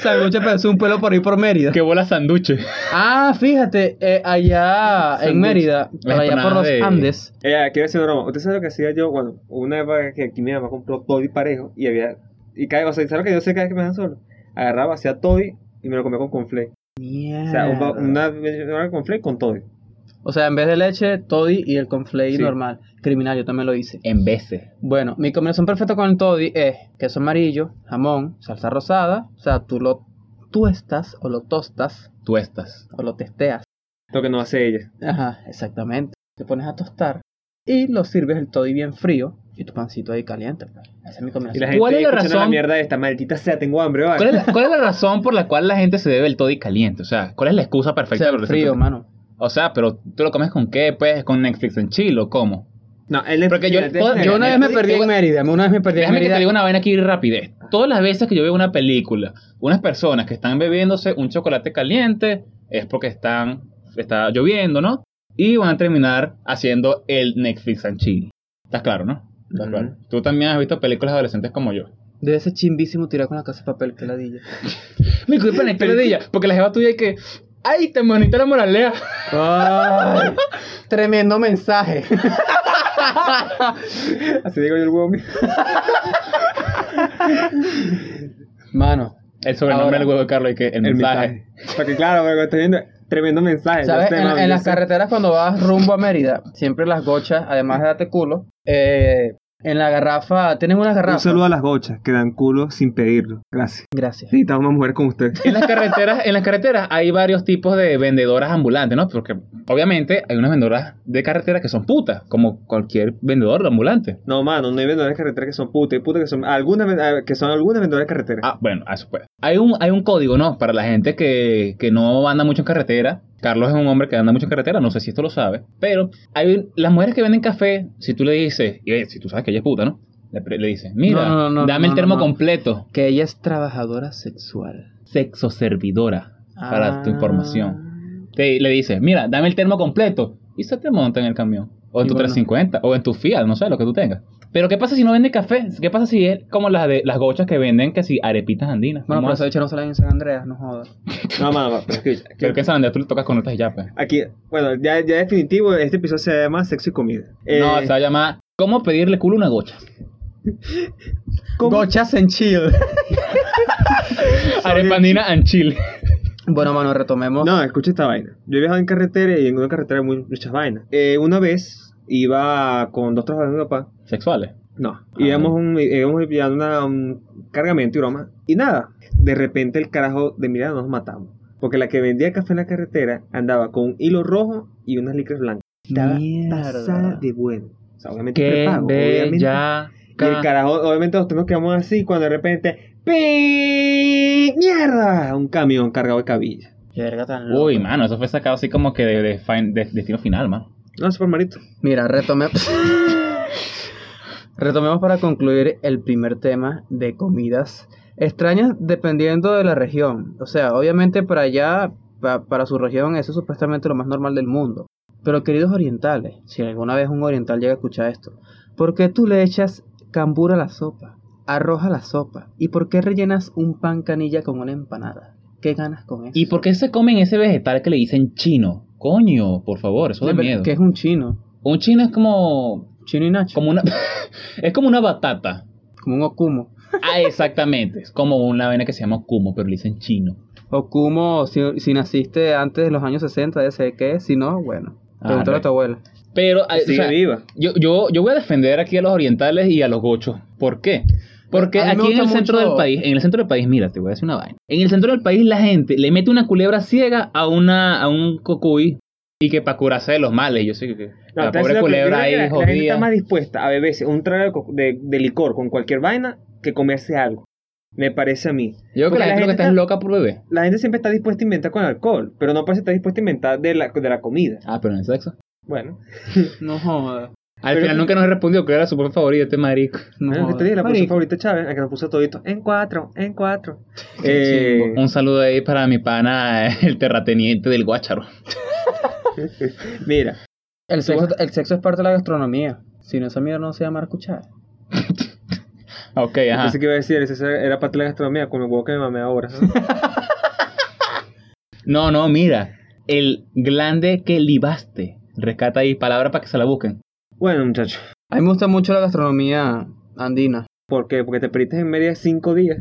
Speaker 1: sándwich parece un pueblo por ahí por Mérida.
Speaker 3: Que bola sanduche.
Speaker 1: Ah, fíjate, eh, allá
Speaker 2: Sándwich.
Speaker 1: en Mérida, por allá por
Speaker 3: empanadas
Speaker 1: los
Speaker 3: de-
Speaker 1: Andes.
Speaker 2: Eh, quiero hacer una broma. ¿Usted sabe lo que hacía yo? Bueno, una época que aquí mi mamá compró toddy parejo y había. Y cada o sea, ¿sabe lo que yo sé cada vez que me dan solo? Agarraba, hacía toddy y me lo comía con conflé. O sea, un va- una, una conflé con toddy.
Speaker 1: O sea, en vez de leche, toddy y el conflay
Speaker 2: Sí.
Speaker 1: normal. Criminal, yo también lo hice.
Speaker 3: En veces.
Speaker 1: Bueno, mi combinación perfecta con el toddy es queso amarillo, jamón, salsa rosada. O sea, tú lo tuestas o lo tostas
Speaker 3: Tú estás.
Speaker 1: o lo testeas.
Speaker 2: Lo que no hace ella.
Speaker 1: Ajá, exactamente. Te pones a tostar y lo sirves el todo y bien frío y tu pancito ahí caliente. pues. Esa es mi
Speaker 2: Y la
Speaker 1: combinación.
Speaker 2: gente
Speaker 3: ¿Cuál es la
Speaker 2: escuchando
Speaker 3: razón?
Speaker 2: mierda esta, maldita sea, tengo hambre, vale.
Speaker 3: ¿Cuál es, la, cuál es la razón por la cual la gente se bebe el toddy caliente? O sea, ¿cuál es la excusa
Speaker 1: O
Speaker 3: perfecta?
Speaker 1: sea,
Speaker 3: para
Speaker 1: el frío, mano.
Speaker 3: O sea, pero ¿tú lo comes con qué? Pues, ¿con Netflix en Chile o cómo?
Speaker 2: No, él es-
Speaker 3: Porque yo-
Speaker 2: mira,
Speaker 3: yo
Speaker 2: mira,
Speaker 1: Yo una vez me perdí en Mérida, una vez me perdí en
Speaker 3: Déjame que te
Speaker 1: Mérida.
Speaker 3: diga una vaina aquí rapidez. Todas las veces que yo veo una película, unas personas que están bebiéndose un chocolate caliente, es porque están, está lloviendo, ¿no? Y van a terminar haciendo el Netflix and chill. ¿Estás claro, no? Estás
Speaker 2: Ujú.
Speaker 3: claro. Tú también has visto películas adolescentes como yo.
Speaker 1: Debe ser chimbísimo tirar con la casa de papel que ladilla.
Speaker 3: Mi culpa es ella, porque la jeva tuya es que... ¡Ay, te monita la moraleja!
Speaker 1: [LAUGHS] Ay, tremendo mensaje.
Speaker 2: Así digo yo el huevo mío.
Speaker 1: Mano,
Speaker 3: El sobrenombre
Speaker 1: Ahora,
Speaker 3: del huevo de Carlos y que el, mensaje.
Speaker 2: Porque claro, pero estoy viendo tremendo mensaje.
Speaker 1: ¿sabes?
Speaker 3: este
Speaker 2: yo sé,
Speaker 1: En,
Speaker 2: mami,
Speaker 1: en
Speaker 2: yo
Speaker 1: las
Speaker 2: sé.
Speaker 1: carreteras cuando vas rumbo a Mérida, siempre las gochas, además de darte culo, eh, en la garrafa, tienen una garrafa.
Speaker 2: Un saludo a las gochas que dan culo sin pedirlo. Gracias.
Speaker 1: Gracias.
Speaker 2: Necesitamos una mujer con usted.
Speaker 3: En las carreteras, en las carreteras hay varios tipos de vendedoras ambulantes, ¿no? Porque obviamente hay unas vendedoras de carretera que son putas, como cualquier vendedor de ambulante.
Speaker 2: No, mano, no hay vendedores de carretera que son putas. Hay putas que son algunas, ven- ah, que son algunas vendedoras de carretera.
Speaker 3: Ah, bueno, a eso pues. Hay un, hay un código, ¿no? Para la gente que, que no anda mucho en carretera. Carlos es un hombre que anda mucho en carretera, no sé si esto lo sabe. Pero hay un- las mujeres que venden café, si tú le dices, y eh, si tú sabes que ella es puta, ¿no? Le, pre- le dices, mira,
Speaker 1: No, no, no, no,
Speaker 3: dame
Speaker 1: no,
Speaker 3: el termo
Speaker 1: no.
Speaker 3: completo,
Speaker 1: Que ella es trabajadora sexual.
Speaker 3: sexo servidora, para tu
Speaker 1: Ah.
Speaker 3: información. te- le dices, mira, dame el termo completo. Y se te monta en el camión. O en
Speaker 1: Y
Speaker 3: tu
Speaker 1: bueno.
Speaker 3: 350, o en tu Fiat, no sé, lo que tú tengas. Pero ¿qué pasa si no vende café? ¿Qué pasa si es como las de las gochas que venden que si arepitas andinas?
Speaker 1: Bueno,
Speaker 3: ¿Cómo
Speaker 1: pero esa
Speaker 3: haces?
Speaker 1: bicha no salen en San Andreas, no jodas.
Speaker 2: No, mano, mano, pero escucha, aquí-
Speaker 3: Pero que en San Andrés tú le tocas con otras y ya, pues.
Speaker 2: Aquí, bueno, ya, ya definitivo, este episodio se llama Sexo y Comida. Eh,
Speaker 3: No, se va a llamar ¿Cómo pedirle culo a
Speaker 1: [LAUGHS]
Speaker 3: una gocha?
Speaker 2: ¿cómo-
Speaker 1: Gochas en chill.
Speaker 3: Arepandina
Speaker 1: [LAUGHS]
Speaker 3: and chile.
Speaker 1: [LAUGHS] bueno, mano, retomemos.
Speaker 2: No, escucha esta vaina. Yo he viajado en carretera y en una carretera hay mu- muchas vainas. Eh, una vez iba con dos trabajadores de mi papá.
Speaker 3: Sexuales.
Speaker 2: No, íbamos, un, eh, íbamos llevando una- un cargamento y broma. Y nada, de repente el carajo de mira nos matamos. Porque la que vendía café en la carretera andaba con un hilo rojo y unas licras blancas. Estaba
Speaker 1: Mierda.
Speaker 2: pasada de bueno. O sea, obviamente
Speaker 3: Qué
Speaker 2: prepago, obviamente.
Speaker 3: bella.
Speaker 2: Y el carajo, obviamente nosotros nos quedamos así cuando de repente ¡Pi! ¡Mierda! Un camión cargado de cabilla.
Speaker 1: Verga tan loco.
Speaker 3: Uy, mano, eso fue sacado así como que de, de fin- de destino final, mano.
Speaker 2: No, super marito.
Speaker 1: Mira, retomemos. [LAUGHS] retomemos para concluir el primer tema de comidas extrañas dependiendo de la región. O sea, obviamente para allá, pa- para su región, eso es supuestamente lo más normal del mundo. Pero queridos orientales, si alguna vez un oriental llega a escuchar esto, ¿por qué tú le echas cambur a la sopa, arroz a la sopa? ¿Y por qué rellenas un pan canilla con una empanada? ¿Qué ganas con eso?
Speaker 3: ¿Y por qué se comen ese vegetal que le dicen chino? Coño, por favor, eso da miedo.
Speaker 1: Que es un chino.
Speaker 3: Un chino es como.
Speaker 1: Chino y nacho.
Speaker 3: como una. [LAUGHS] es como una batata.
Speaker 1: Como un okumo.
Speaker 3: Ah, exactamente. Es como una avena que se llama kumo, pero le dicen chino.
Speaker 1: O como si, si naciste antes de los años 60, de sé qué, si no, bueno.
Speaker 3: Ah,
Speaker 1: Pregúntale a
Speaker 3: no.
Speaker 1: tu abuela.
Speaker 3: Pero ah, o
Speaker 2: Sigue
Speaker 3: sea,
Speaker 2: viva.
Speaker 3: yo, yo, yo voy a defender aquí a los orientales y a los gochos. ¿Por qué? Porque
Speaker 1: A mí me
Speaker 3: aquí en
Speaker 1: gusta
Speaker 3: el centro
Speaker 1: mucho-
Speaker 3: del país, en el centro del país, mira, te voy a decir una vaina. En el centro del país la gente le mete una culebra ciega a una a un cocuy y que para curarse de los males, yo sé que- que
Speaker 2: No,
Speaker 3: la
Speaker 2: te voy a decir
Speaker 3: pobre
Speaker 2: lo que-
Speaker 3: culebra
Speaker 2: yo creo que
Speaker 3: ahí
Speaker 2: la- La gente está más
Speaker 3: jodida.
Speaker 2: dispuesta a beberse un trago de co- de, de licor con cualquier vaina que comerse algo. Me parece a mí.
Speaker 3: Yo creo que
Speaker 2: Porque
Speaker 3: la gente lo que está es
Speaker 2: está-
Speaker 3: loca por bebé.
Speaker 2: La gente siempre está dispuesta a inventar con alcohol, pero no parece estar dispuesta a inventar de la, de la comida.
Speaker 3: Ah, pero en el sexo.
Speaker 2: Bueno,
Speaker 1: No jodas.
Speaker 3: Al
Speaker 2: Pero-
Speaker 3: final nunca nos respondió que era su propio favorito este marico.
Speaker 1: No
Speaker 2: ¿eh? este día la puso
Speaker 1: Marico,
Speaker 2: favorita Chávez, la que nos puso todito en cuatro, en cuatro.
Speaker 1: Qué
Speaker 2: Eh,
Speaker 3: Un saludo ahí para mi pana, el terrateniente del Guácharo.
Speaker 2: Eh, mira,
Speaker 1: el, sexo, el sexo es parte de la gastronomía. Si no, esa mierda no se llama escuchar.
Speaker 3: Ok,
Speaker 2: yo
Speaker 3: ajá.
Speaker 2: pensé que iba a decir, esa era parte de la gastronomía, con el huevo que me mamé ahora.
Speaker 3: No, no, mira. El glande que libaste. Rescata ahí palabra para que se la busquen.
Speaker 2: bueno, muchachos,
Speaker 1: A mí me gusta mucho la gastronomía andina.
Speaker 2: ¿por qué? Porque te perdiste en media cinco días.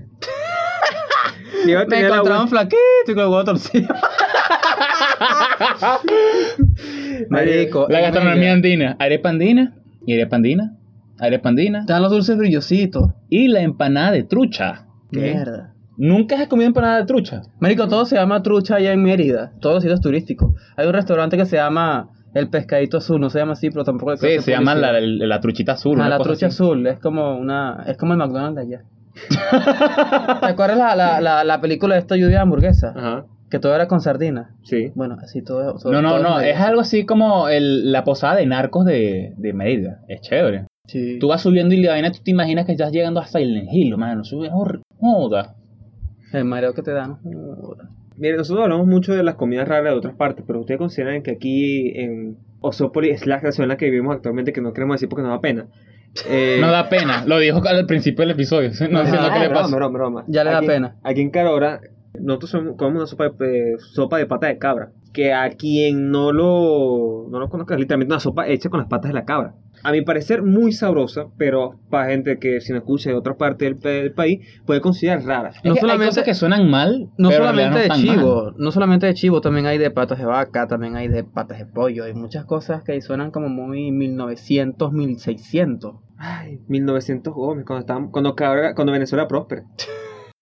Speaker 2: Yo
Speaker 1: Me
Speaker 2: tenía la
Speaker 1: encontraban flaquito y con el huevo torcido. Marico.
Speaker 3: La
Speaker 1: en
Speaker 3: gastronomía
Speaker 1: Mérida
Speaker 3: andina. Arepa andina. Y arepa andina. Arepa andina.
Speaker 1: Están los dulces brillositos.
Speaker 3: Y la empanada de trucha.
Speaker 2: ¿Qué?
Speaker 1: Mierda.
Speaker 3: Nunca has comido empanada de trucha.
Speaker 1: Marico, todo se llama trucha allá en Mérida. Todos los sitios turísticos. Hay un restaurante que se llama El Pescadito Azul. No se llama así, pero tampoco...
Speaker 3: Sí, se llama la, la- la truchita azul.
Speaker 1: Ah,
Speaker 3: una
Speaker 1: la
Speaker 3: cosa
Speaker 1: trucha
Speaker 3: así.
Speaker 1: azul. Es como una... Es como el McDonald's de allá.
Speaker 3: [LAUGHS]
Speaker 1: ¿Te acuerdas la, la, la, la película de esta lluvia de hamburguesa?
Speaker 2: Ajá,
Speaker 1: Que todo era con sardinas.
Speaker 2: sí.
Speaker 1: Bueno, así todo... todo-
Speaker 3: Ah. No, no,
Speaker 1: todo
Speaker 3: no.
Speaker 1: medio.
Speaker 3: Es algo así como el- la posada de narcos de, de Mérida. Es chévere.
Speaker 1: Sí.
Speaker 3: Tú vas subiendo y la vaina tú te imaginas que estás llegando a Silent Hill, mano. Subes hor- joda.
Speaker 1: El mareo que te dan. Joder.
Speaker 2: Miren, nosotros hablamos mucho de las comidas raras de otras partes, pero ustedes consideran que aquí en Osópolis es la creación en la que vivimos actualmente, que no queremos decir porque nos da pena. Eh,
Speaker 3: No da pena. Lo dijo al principio del episodio. [LAUGHS] No entiendo
Speaker 2: ah,
Speaker 3: qué le
Speaker 2: broma,
Speaker 3: pasa.
Speaker 2: broma, broma.
Speaker 1: Ya le da
Speaker 2: Aquí-
Speaker 1: pena.
Speaker 2: Aquí en Carora, nosotros somos- comemos una sopa de, eh, sopa de pata de cabra. Que a quien no lo, no lo conozca, es literalmente una sopa hecha con las patas de la cabra. A mi parecer, muy sabrosa, pero para gente que si no escucha de otra parte del, pe- del país, puede considerar rara.
Speaker 3: Es
Speaker 1: No
Speaker 3: que
Speaker 1: solamente-
Speaker 3: hay cosas que suenan mal,
Speaker 1: No
Speaker 3: pero en
Speaker 1: solamente de
Speaker 3: realidad no están mal.
Speaker 1: chivo, no solamente de chivo, también hay de patas de vaca, también hay de patas de pollo, hay muchas cosas que suenan como muy 1900, 1600.
Speaker 2: Ay, 1900 Gómez, cuando, estábamos, cuando, Cabra- cuando Venezuela era próspera.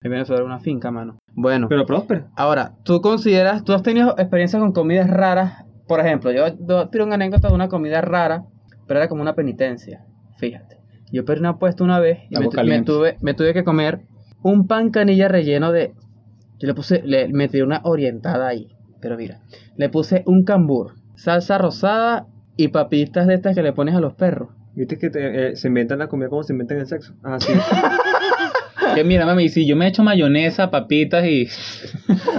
Speaker 1: En Venezuela era una finca, mano. Bueno,
Speaker 2: Pero próspera.
Speaker 1: ahora, ¿tú consideras, tú has tenido experiencias con comidas raras? Por ejemplo, yo do- tiro una anécdota de una comida rara, pero era como una penitencia, fíjate. Yo perdí una apuesta una vez y
Speaker 3: Algo
Speaker 1: me, tu- me
Speaker 3: caliente.
Speaker 1: tuve, me tuve que comer un pan canilla relleno de... Yo le puse, le metí una orientada ahí, pero mira, le puse un cambur, salsa rosada y papitas de estas que le pones a los perros.
Speaker 2: Viste que te- eh, se inventan la comida como se inventan el sexo. Ah,
Speaker 3: [LAUGHS]
Speaker 2: sí.
Speaker 3: Que mira, mami, si yo me echo mayonesa, papitas y.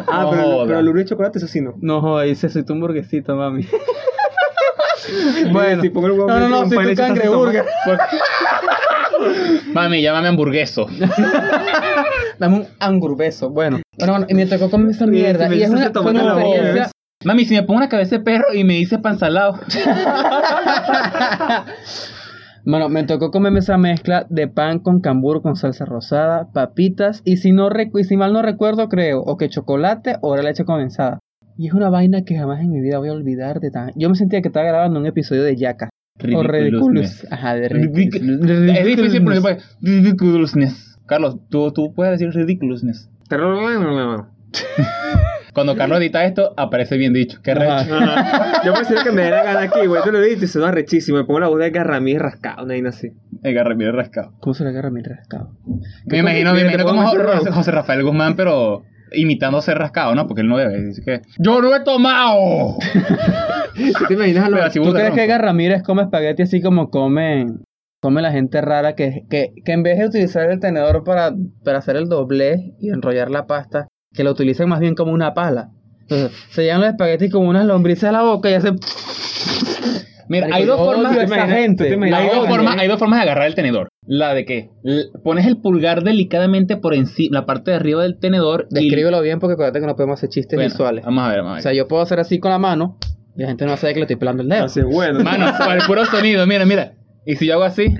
Speaker 2: Ah,
Speaker 3: No
Speaker 2: pero,
Speaker 3: joda.
Speaker 2: el- pero el lulo de chocolate, eso sí no.
Speaker 3: [LAUGHS]
Speaker 1: No, joder, hice soy tu hamburguesita, mami. bueno,
Speaker 2: Si pongo el huevo
Speaker 1: no, no,
Speaker 2: con
Speaker 1: no, soy
Speaker 2: pan
Speaker 1: tu
Speaker 2: hecho, salsa de
Speaker 1: cangreburger.
Speaker 2: tomate.
Speaker 3: Pues,
Speaker 2: [LAUGHS]
Speaker 3: Mami, llámame [LAUGHS] hamburgueso.
Speaker 1: Dame un angurbeso. Bueno, bueno, bueno, y me tocó comer esa
Speaker 2: Sí,
Speaker 1: mierda.
Speaker 2: si me
Speaker 1: y es
Speaker 2: dices
Speaker 1: una,
Speaker 2: que
Speaker 1: fue una
Speaker 2: tomate la boca,
Speaker 1: experiencia.
Speaker 2: ¿ves?
Speaker 3: Mami, si me pongo una cabeza de perro y me dice pansalado.
Speaker 1: [LAUGHS] Bueno, me tocó comerme esa mezcla de pan con cambur, con salsa rosada, papitas y si, no recu- y si mal no recuerdo, creo, o que chocolate o era leche condensada. Y es una vaina que jamás en mi vida voy a olvidar de tan. Yo me sentía que estaba grabando un episodio de Yaka. O Ridiculous. Ajá, de Ridiculous.
Speaker 3: Ridiculousness. Es difícil pronunciar. Ridiculousness. Carlos, tú, tú puedes decir ridiculousness. [LAUGHS] Cuando Carlos edita esto, aparece bien dicho. Qué
Speaker 1: Ajá.
Speaker 3: recho.
Speaker 2: Ajá. Yo prefiero que me dé la gana aquí, güey. Te lo edito y se va rechísimo. Me pongo la voz de Garramí rascado, una vaina así.
Speaker 3: Agarra bien rascado.
Speaker 1: ¿Cómo se le agarra mi rascado?
Speaker 3: Me
Speaker 2: como-
Speaker 3: imagino, me
Speaker 2: mira,
Speaker 3: imagino
Speaker 2: te
Speaker 3: como
Speaker 2: puedo
Speaker 3: Jo-
Speaker 2: mencionar-
Speaker 3: José, Rafael Guzmán, pero imitando a ser rascado, ¿no? Porque él no debe. Dice que. ¡Yo no he [LAUGHS] tomado!
Speaker 2: ¿Tú te imaginas a los-
Speaker 3: Pero así
Speaker 1: ¿Tú
Speaker 3: burda,
Speaker 1: crees
Speaker 3: ¿no?
Speaker 1: que Edgar Ramírez come espagueti así como comen come la gente rara que, que, que en vez de utilizar el tenedor para, para hacer el doblez y enrollar la pasta, que lo utilizan más bien como una pala? Entonces, se llevan los espaguetis como unas lombrices a la boca y hacen...
Speaker 3: Mira,
Speaker 1: Marico,
Speaker 3: hay dos
Speaker 1: yo
Speaker 3: formas.
Speaker 1: odio a
Speaker 2: ¿Tú te
Speaker 1: esa
Speaker 2: imaginas-
Speaker 1: gente.
Speaker 2: tú te imaginas-
Speaker 3: Hay
Speaker 1: La
Speaker 3: dos,
Speaker 1: odio.
Speaker 3: formas, hay dos formas de agarrar el tenedor. La de que l- pones el pulgar delicadamente por encima, la parte de arriba del tenedor. y-
Speaker 1: Descríbelo bien porque acuérdate que no podemos hacer chistes
Speaker 3: Bueno,
Speaker 1: visuales.
Speaker 3: Vamos a ver, vamos
Speaker 1: O
Speaker 3: a
Speaker 1: sea,
Speaker 3: ver.
Speaker 1: yo puedo hacer así con la mano y la gente no sabe que le estoy pelando el
Speaker 3: Eh.
Speaker 1: dedo.
Speaker 3: Ah,
Speaker 2: Así, bueno.
Speaker 3: Mano, para el puro sonido, mira, mira. Y si yo hago así,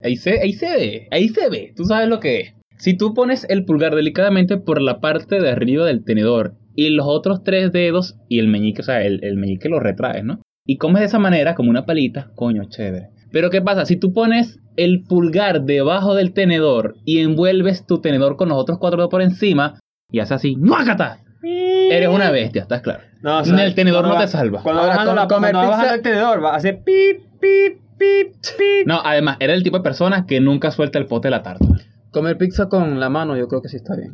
Speaker 3: ahí se, ahí se ve, ahí se ve. Tú sabes lo que es. Si tú pones el pulgar delicadamente por la parte de arriba del tenedor y los otros tres dedos y el meñique, o sea, el, el meñique lo retraes, ¿no? Y comes de esa manera, como una palita, coño, chévere. Pero ¿qué pasa? Si tú pones el pulgar debajo del tenedor y envuelves tu tenedor con los otros cuatro dedos por encima y haces así, ¡nuácata! Eres una bestia, estás claro.
Speaker 2: No,
Speaker 3: En el tenedor no te salva.
Speaker 2: Cuando
Speaker 1: Ahora,
Speaker 2: vas bajando
Speaker 1: con-
Speaker 2: la
Speaker 1: comer
Speaker 2: cuando vas bajando
Speaker 1: pizza-
Speaker 2: el tenedor, va a hacer pip, pip, pip, pip.
Speaker 3: No, además, era el tipo de persona que nunca suelta el pote de la tarta.
Speaker 1: Comer pizza con la mano yo creo que sí está bien.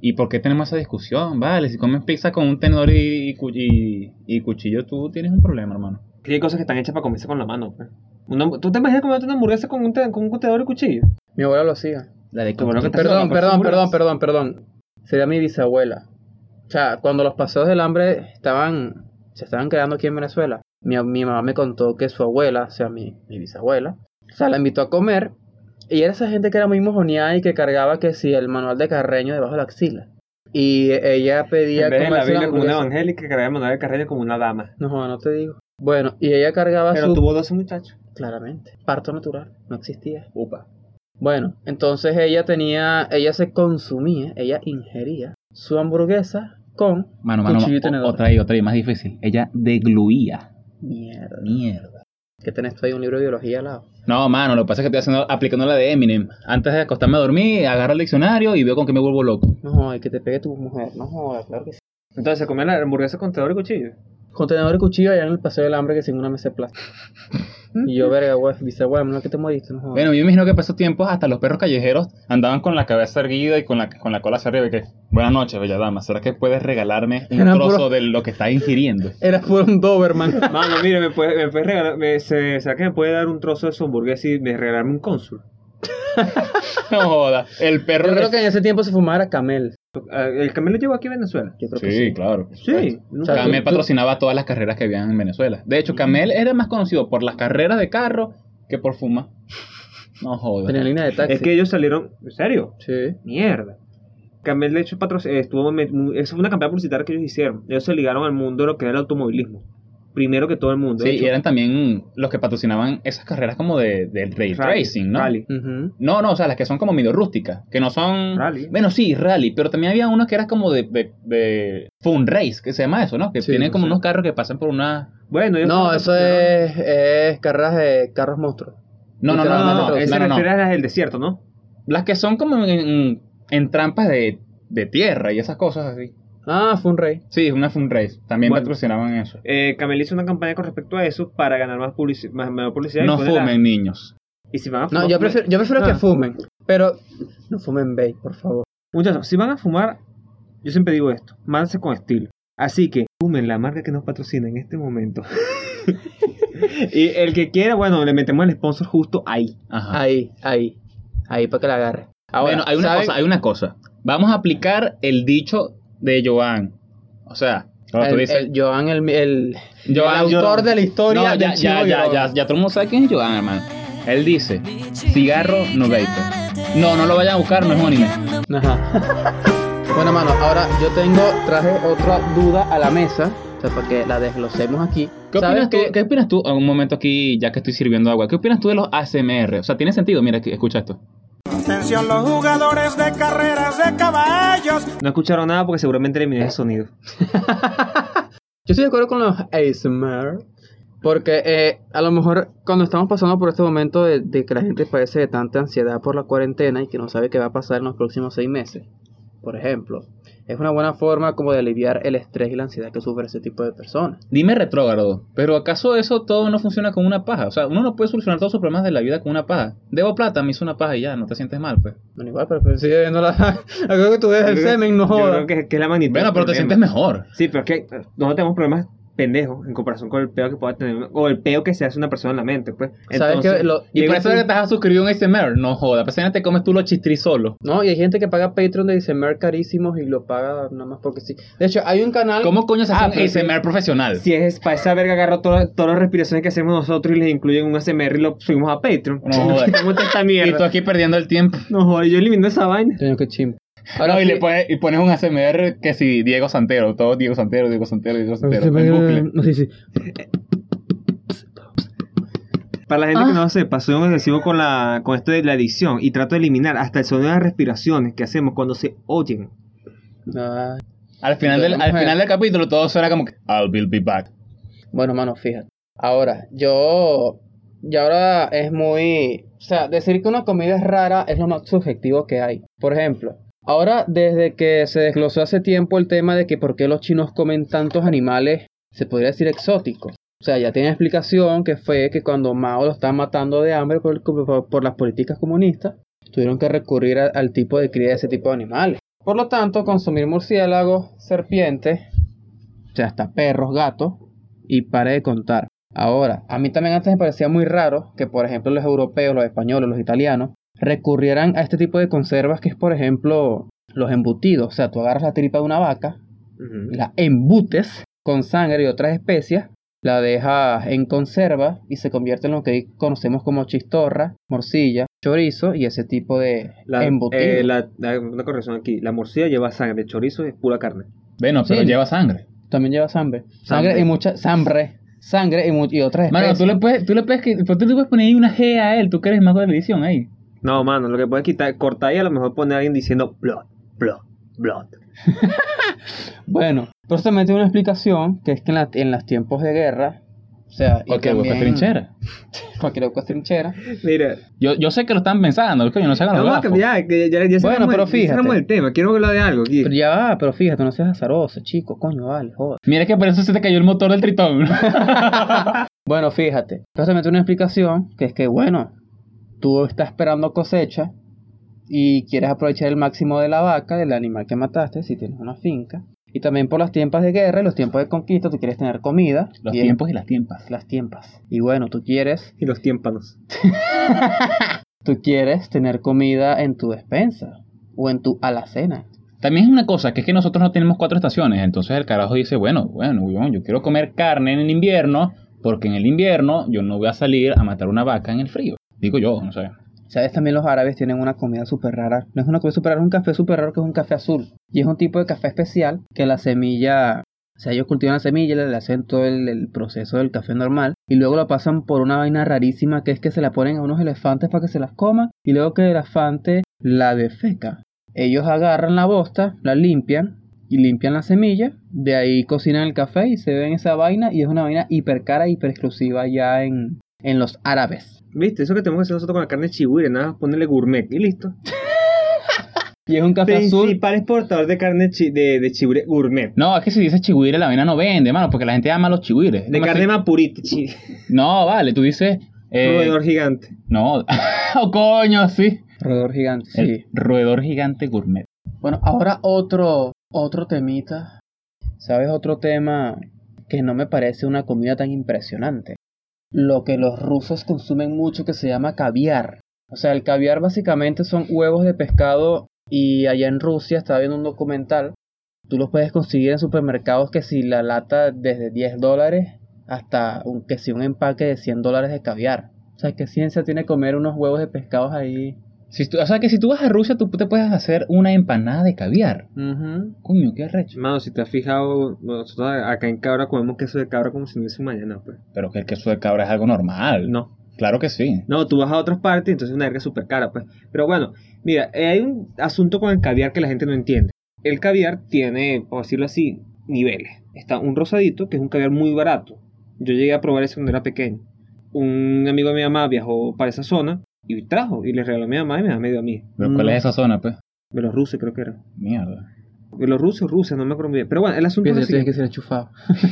Speaker 3: ¿Y por qué tenemos esa discusión? Vale, si comes pizza con un tenedor y, y cu- y- y cuchillo, tú tienes un problema, hermano.
Speaker 2: Y Hay cosas que están hechas para comerse con la mano. pues. Una- ¿Tú te imaginas comerte una hamburguesa con un, te- con un tenedor y cuchillo?
Speaker 1: Mi abuela lo hacía.
Speaker 3: La de
Speaker 2: Qué bueno que te-
Speaker 1: Perdón,
Speaker 2: loca, pero
Speaker 1: perdón,
Speaker 2: son
Speaker 1: perdón,
Speaker 2: buenas.
Speaker 1: perdón, perdón. Sería mi bisabuela. O sea, cuando los paseos del hambre estaban, se estaban creando aquí en Venezuela, mi, mi mamá me contó que su abuela, o sea, mi, mi bisabuela, o sea, la invitó a comer y era esa gente que era muy mojoneada y que cargaba que si el manual de Carreño debajo de la axila. Y ella pedía
Speaker 2: en vez de
Speaker 1: comerse
Speaker 2: la
Speaker 1: una
Speaker 2: Biblia como una
Speaker 1: hamburguesa.
Speaker 2: evangélica, que la mandar el carreño como una dama.
Speaker 1: No, joder, no te digo. Bueno, y ella cargaba
Speaker 2: Pero
Speaker 1: su...
Speaker 2: tuvo 12 muchachos.
Speaker 1: Claramente. Parto natural, no existía.
Speaker 3: Upa.
Speaker 1: Bueno, entonces ella tenía, ella se consumía, ella ingería su hamburguesa con
Speaker 3: Mano, mano,
Speaker 1: Cuchillo y
Speaker 3: o-
Speaker 1: tenedor.
Speaker 3: otra y otra y más difícil. Ella degluía.
Speaker 1: mierda.
Speaker 3: Mierda.
Speaker 1: ¿Qué tenés tú ahí un libro de biología al lado?
Speaker 3: No, mano, lo que pasa es que estoy haciendo, aplicando la de Eminem. Antes de acostarme a dormir, agarro el diccionario y veo con qué me vuelvo loco.
Speaker 1: No joder, que te pegue tu mujer. No joder, claro que sí.
Speaker 2: Entonces, ¿se comió la hamburguesa con tenedor y
Speaker 1: [LAUGHS]
Speaker 2: cuchillo?
Speaker 1: Contenedor y cuchillo allá en el paseo del hambre que sin una mesa de [LAUGHS] plástico. y yo, verga, güey, dice, güey, no que te moriste, no joder.
Speaker 3: Bueno, yo me imagino que pasó tiempos hasta los perros callejeros andaban con la cabeza erguida y con la, con la cola hacia arriba. y Que, buenas noches, bella dama. ¿Será que puedes regalarme un
Speaker 1: Era
Speaker 3: trozo
Speaker 1: puro-
Speaker 3: de lo que
Speaker 1: [LAUGHS]
Speaker 3: estás ingiriendo?
Speaker 1: Era por un [LAUGHS] Doberman.
Speaker 2: Mano, mire, me puede, me puede regalar. Me, se, ¿Será que me puede dar un trozo de su hamburguesa y me regalarme un cónsul?
Speaker 3: No joda. El perro.
Speaker 1: Yo creo
Speaker 3: reci-
Speaker 1: que en ese tiempo se fumaba era Camel.
Speaker 2: Ah, El Camilo llegó aquí a Venezuela.
Speaker 1: Yo creo
Speaker 3: Sí,
Speaker 1: que sí.
Speaker 3: claro.
Speaker 2: Sí,
Speaker 1: sea,
Speaker 2: nunca.
Speaker 1: tú-
Speaker 3: Camel patrocinaba todas las carreras que había en Venezuela. De hecho, Camel era más conocido por las carreras de carro que por fuma. No joda.
Speaker 1: Tenía línea de taxi.
Speaker 2: Es que ellos salieron. ¿En serio?
Speaker 1: Sí.
Speaker 2: Mierda. Camel, de hecho, patro- eh, estuvo. me- mu- Eso fue una campaña publicitaria que ellos hicieron. Ellos se ligaron al mundo de lo que era el automovilismo. Primero que todo el mundo.
Speaker 3: Sí,
Speaker 2: de hecho.
Speaker 3: y eran también los que patrocinaban esas carreras como de, del
Speaker 2: Rally,
Speaker 3: rail racing, ¿no?
Speaker 2: rally.
Speaker 1: Ujú.
Speaker 3: No, no, o sea, las que son como medio rústicas, que no son...
Speaker 2: Rally.
Speaker 3: Bueno, sí, rally, pero también había unos que eran como de, de, de fun race, que se llama eso, ¿no? Que
Speaker 1: Sí,
Speaker 3: tienen
Speaker 1: no
Speaker 3: como
Speaker 1: sé.
Speaker 3: unos carros que pasan por una...
Speaker 2: Bueno, ellos
Speaker 1: No,
Speaker 2: fueron
Speaker 1: eso
Speaker 2: patrocinados-
Speaker 1: es, es carreras de carros monstruos.
Speaker 3: No, no, no,
Speaker 2: No,
Speaker 3: no, no, no,
Speaker 2: ese
Speaker 3: no, no,
Speaker 2: refiere
Speaker 3: no.
Speaker 2: a las del desierto, ¿no?
Speaker 3: Las que son como en, en- en trampas de, de tierra y esas cosas así.
Speaker 1: Ah, fue un rey.
Speaker 3: Sí, una fun race, también
Speaker 2: Bueno.
Speaker 3: patrocinaban eso.
Speaker 2: Eh, Camel hizo una campaña con respecto a eso para ganar más, publici- más, más publicidad. y
Speaker 3: No
Speaker 2: ponerla-
Speaker 3: fumen, niños.
Speaker 2: Y si van a fumar.
Speaker 1: No, yo
Speaker 2: fumen.
Speaker 1: prefiero, yo prefiero
Speaker 2: Ah.
Speaker 1: que fumen. Pero no fumen vape, por favor.
Speaker 2: Muchachos, si van a fumar, yo siempre digo esto: manse con estilo. Así que, fumen la marca que nos patrocina en este momento. [LAUGHS] y el que quiera, bueno, le metemos el sponsor justo ahí.
Speaker 3: Ajá.
Speaker 1: Ahí, ahí. Ahí para que la agarre. Ahora,
Speaker 3: bueno, hay una
Speaker 1: ¿saben?
Speaker 3: cosa, hay una cosa. Vamos a aplicar el dicho de Joan. O sea, cuando tú
Speaker 1: El-
Speaker 3: dices...
Speaker 1: el Joan, el, el,
Speaker 3: Joan
Speaker 1: el autor
Speaker 3: Llorón.
Speaker 1: de la historia.
Speaker 3: No, ya,
Speaker 1: del Chivo
Speaker 3: ya, ya,
Speaker 1: Llorón.
Speaker 3: ya, ya todo el mundo sabe quién es Joan, hermano. Él dice, cigarro no vape. No, no lo vayan a buscar, no es un anime.
Speaker 1: Ajá. [LAUGHS] bueno, mano, ahora yo tengo, traje otra duda a la mesa. O sea, para que la desglosemos aquí.
Speaker 3: ¿Qué
Speaker 1: ¿Sabes
Speaker 3: opinas, tú,
Speaker 1: que-
Speaker 3: ¿Qué opinas tú? Un momento aquí, ya que estoy sirviendo agua. ¿Qué opinas tú de los ASMR? O sea, ¿tiene sentido? Mira, aquí, escucha esto.
Speaker 4: Atención los jugadores de carreras de caballos.
Speaker 2: No escucharon nada porque seguramente eliminé el sonido.
Speaker 1: Yo estoy de acuerdo con los ASMR. Porque eh, a lo mejor cuando estamos pasando por este momento de, de que la gente padece de tanta ansiedad por la cuarentena y que no sabe qué va a pasar en los próximos seis meses, por ejemplo, es una buena forma como de aliviar el estrés y la ansiedad que sufre ese tipo de personas.
Speaker 3: Dime retrógrado, pero ¿acaso eso todo no funciona con una paja? O sea, uno no puede solucionar todos sus problemas de la vida con una paja. Debo plata, me hizo una paja y ya, no te sientes mal, pues.
Speaker 1: Bueno, igual, pero, pero sigue viendo la... [LAUGHS] Algo que tú dejes [LAUGHS] el
Speaker 2: Yo creo-
Speaker 1: semen, no
Speaker 2: Yo
Speaker 1: jodas.
Speaker 2: creo que, que es la magnitud.
Speaker 3: Bueno,
Speaker 2: del
Speaker 3: pero te
Speaker 2: problema.
Speaker 3: sientes mejor.
Speaker 2: Sí, pero es que eh, nosotros tenemos problemas pendejos en comparación con el peo que pueda tener una- o el peo que se hace una persona en la mente, pues.
Speaker 1: ¿Sabes qué? Lo-
Speaker 3: Y
Speaker 2: llega
Speaker 3: por
Speaker 2: un
Speaker 3: eso que
Speaker 2: punto-
Speaker 3: te has suscribido a un ASMR. No joda, pensando te comes tú los chistris solo.
Speaker 1: No, y hay gente que paga Patreon de ASMR carísimos y lo paga nada más porque sí. De hecho, hay un canal...
Speaker 3: ¿Cómo coño se hace
Speaker 2: Ah,
Speaker 3: un
Speaker 2: pero sí.
Speaker 3: ASMR profesional?
Speaker 2: Si es para esa verga, agarro todas todas las respiraciones que hacemos nosotros y les incluyen un ASMR y lo subimos a Patreon.
Speaker 3: No joder.
Speaker 2: [LAUGHS] ¿Cómo está esta
Speaker 3: Y tú
Speaker 2: mierda?
Speaker 3: aquí perdiendo el tiempo.
Speaker 2: No joder, yo elimino esa vaina.
Speaker 1: Coño, qué chimbo.
Speaker 3: No, y,
Speaker 1: sí-
Speaker 3: le pone- y pones un ASMR que si Diego Santero, todo Diego Santero, Diego Santero, Diego Santero, en bucle.
Speaker 1: Sí, sí.
Speaker 2: Para la gente que
Speaker 1: Ah.
Speaker 2: no lo sepa, soy un excesivo con, la, con esto de la adicción y trato de eliminar hasta el sonido de las respiraciones que hacemos cuando se oyen.
Speaker 1: Ah,
Speaker 3: Al final, del, al
Speaker 1: Mujer.
Speaker 3: final del capítulo todo suena como que I'll be- be back.
Speaker 1: Bueno, mano, fíjate. Ahora, yo. Y ahora es muy. O sea, decir que una comida es rara es lo más subjetivo que hay. Por ejemplo, ahora desde que se desglosó hace tiempo el tema de que por qué los chinos comen tantos animales, se podría decir exóticos. O sea, ya tiene explicación que fue que cuando Mao lo estaba matando de hambre por, por- por las políticas comunistas, tuvieron que recurrir a- al tipo de cría de ese tipo de animales. Por lo tanto, consumir murciélagos, serpientes, o sea, hasta perros, gatos, y pare de contar. Ahora, a mí también antes me parecía muy raro que, por ejemplo, los europeos, los españoles, los italianos, recurrieran a este tipo de conservas que es, por ejemplo, los embutidos. O sea, tú agarras la tripa de una vaca, la embutes con sangre y otras especias, la dejas en conserva y se convierte en lo que hoy conocemos como chistorra, morcilla, chorizo y ese tipo de
Speaker 2: La,
Speaker 1: embutidos.
Speaker 2: eh, la- la- una corrección aquí. La morcilla lleva sangre, el chorizo es pura carne.
Speaker 3: Bueno, pero
Speaker 1: Sí.
Speaker 3: lleva sangre.
Speaker 1: También lleva sangre. Sangre,
Speaker 2: Sangre.
Speaker 1: y mucha sangre. Sangre y, mu- y otras
Speaker 2: Eh,
Speaker 1: especias.
Speaker 2: pues,
Speaker 3: Mano, tú le puedes, tú le puedes, que- pero tú le puedes poner ahí una G a él, tú que eres mago de la edición ahí.
Speaker 2: No, mano, lo que puedes quitar, cortar y a lo mejor poner a alguien diciendo blood, blood, blood.
Speaker 1: Bueno, pero se mete una explicación que es que en, la- en los tiempos de guerra, o sea, y
Speaker 3: Cualquier hueco es
Speaker 1: también-
Speaker 3: pues, trinchera.
Speaker 1: Cualquier hueco es trinchera.
Speaker 2: Mira,
Speaker 3: Yo, yo sé que lo están pensando, coño, no se hagan los
Speaker 2: vamos a
Speaker 3: gafos.
Speaker 2: cambiar, que ya, ya, ya
Speaker 1: Bueno,
Speaker 2: cerramos
Speaker 1: pero
Speaker 2: el- ya
Speaker 1: fíjate.
Speaker 2: cerramos el tema, quiero hablar de algo aquí.
Speaker 1: Pero ya va, pero fíjate, no seas azaroso, chico, coño, vale, joder.
Speaker 3: Mira que por eso se te cayó el motor del tritón.
Speaker 1: Bueno, fíjate. Entonces me una explicación que es que, bueno, tú estás esperando cosecha y quieres aprovechar el máximo de la vaca, del animal que mataste, si tienes una finca. Y también por los tiempos de guerra y los tiempos de conquista, tú quieres tener comida.
Speaker 3: los
Speaker 1: Bien,
Speaker 3: tiempos y las tiempas.
Speaker 1: Las tiempas. Y bueno, tú quieres
Speaker 2: Y los tiémpanos.
Speaker 1: tú quieres tener comida en tu despensa o en tu alacena.
Speaker 3: También es una cosa, que es que nosotros no tenemos cuatro estaciones, entonces el carajo dice, bueno, bueno, huevón, yo quiero comer carne en el invierno, porque en el invierno yo no voy a salir a matar una vaca en el frío. Digo yo, no sé.
Speaker 1: ¿Sabes? También los árabes tienen una comida súper rara. No es una comida súper rara, es un café súper raro que es un café azul. Y es un tipo de café especial que la semilla... O sea, ellos cultivan la semilla, le le hacen todo el, el proceso del café normal y luego lo pasan por una vaina rarísima que es que se la ponen a unos elefantes para que se las coman y luego que el elefante la defeca. Ellos agarran la bosta, la limpian y limpian la semilla, de ahí cocinan el café y se ven esa vaina y es una vaina hiper cara, hiper exclusiva ya en, en los árabes.
Speaker 2: ¿Viste? Eso que tenemos que hacer nosotros con la carne chihuire, nada, más ponerle gourmet y listo.
Speaker 1: Y es un café azul
Speaker 2: Principal exportador de carne chi- de, de chihuire gourmet.
Speaker 3: No, es que si dices chihuire, la vaina no vende, mano, porque la gente ama los chihuires.
Speaker 2: De
Speaker 3: Como
Speaker 2: carne más purita, chi.
Speaker 3: si- No, vale, tú dices...
Speaker 2: [LAUGHS]
Speaker 3: eh,
Speaker 2: Roedor gigante.
Speaker 3: No, [LAUGHS] oh, coño, sí.
Speaker 1: Roedor gigante, sí.
Speaker 3: El roedor gigante gourmet.
Speaker 1: Bueno, ahora otro, otro temita. ¿Sabes otro tema que no me parece una comida tan impresionante? Lo que los rusos consumen mucho que se llama caviar. O sea, el caviar básicamente son huevos de pescado y allá en Rusia estaba viendo un documental. Tú los puedes conseguir en supermercados que si la lata desde 10 dólares hasta un, que si un empaque de 100 dólares de caviar. O sea, ¿qué ciencia tiene comer unos huevos de pescados ahí?
Speaker 3: Si tú- o sea que si tú vas a Rusia, tú te puedes hacer una empanada de caviar.
Speaker 1: Ujú.
Speaker 3: Coño, qué arrecho.
Speaker 2: Mano, si te has fijado, nosotros acá en Cabra comemos queso de cabra como si no hubiese un mañana, pues.
Speaker 3: Pero que el queso de cabra es algo normal.
Speaker 2: No.
Speaker 3: Claro que sí.
Speaker 2: No, tú vas a otras partes, entonces es una verga súper cara, pues. Pero bueno, mira, eh, hay un asunto con el caviar que la gente no entiende. El caviar tiene, por decirlo así, niveles. Está un rosadito, que es un caviar muy barato. Yo llegué a probar ese cuando era pequeño. Un amigo de mi mamá viajó para esa zona y trajo, y le regaló a mi mamá y mi mamá me dio a mí.
Speaker 3: Pero ¿cuál
Speaker 1: No.
Speaker 3: es esa zona, pues?
Speaker 2: De los rusos, creo que era.
Speaker 3: Mierda.
Speaker 2: De los rusos, rusos, no me acuerdo muy bien. Pero bueno, el asunto es
Speaker 1: Piensa
Speaker 2: lo
Speaker 1: que tiene
Speaker 2: siguiente.
Speaker 1: que ser enchufado.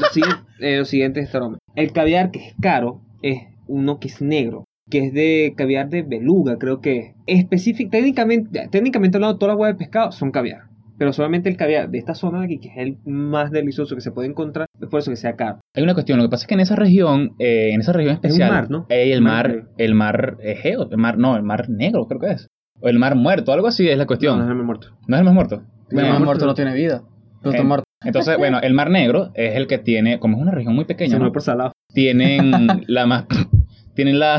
Speaker 2: Lo siguiente, eh, lo siguiente es esta broma. El caviar que es caro es uno que es negro, que es de caviar de beluga, creo que es. Específic- técnicamente, técnicamente hablando, todas las huevas de pescado son caviar. Pero solamente el caviar de esta zona de aquí, que es el más delicioso que se puede encontrar, es por eso que sea caro.
Speaker 3: Hay una cuestión, lo que pasa es que en esa región, eh, en esa región
Speaker 2: un
Speaker 3: especial,
Speaker 2: mar, ¿no?
Speaker 3: eh, el
Speaker 2: Mar
Speaker 3: mar,
Speaker 2: Negro.
Speaker 3: el mar Egeo, el mar, no, el mar negro creo que es, o el mar muerto, algo así es la
Speaker 2: No,
Speaker 3: cuestión.
Speaker 2: no
Speaker 3: No,
Speaker 2: es el muerto.
Speaker 3: es el más muerto.
Speaker 1: Bueno,
Speaker 2: Bueno,
Speaker 1: más
Speaker 2: muerto
Speaker 1: muerto
Speaker 2: no-
Speaker 1: no tiene vida. Pero está
Speaker 3: Gen-
Speaker 1: muerto.
Speaker 3: Entonces, bueno, el mar negro es el que tiene, como es una región muy pequeña,
Speaker 2: Se me
Speaker 3: ¿no?
Speaker 2: fue por salado.
Speaker 3: tienen la más, tienen la,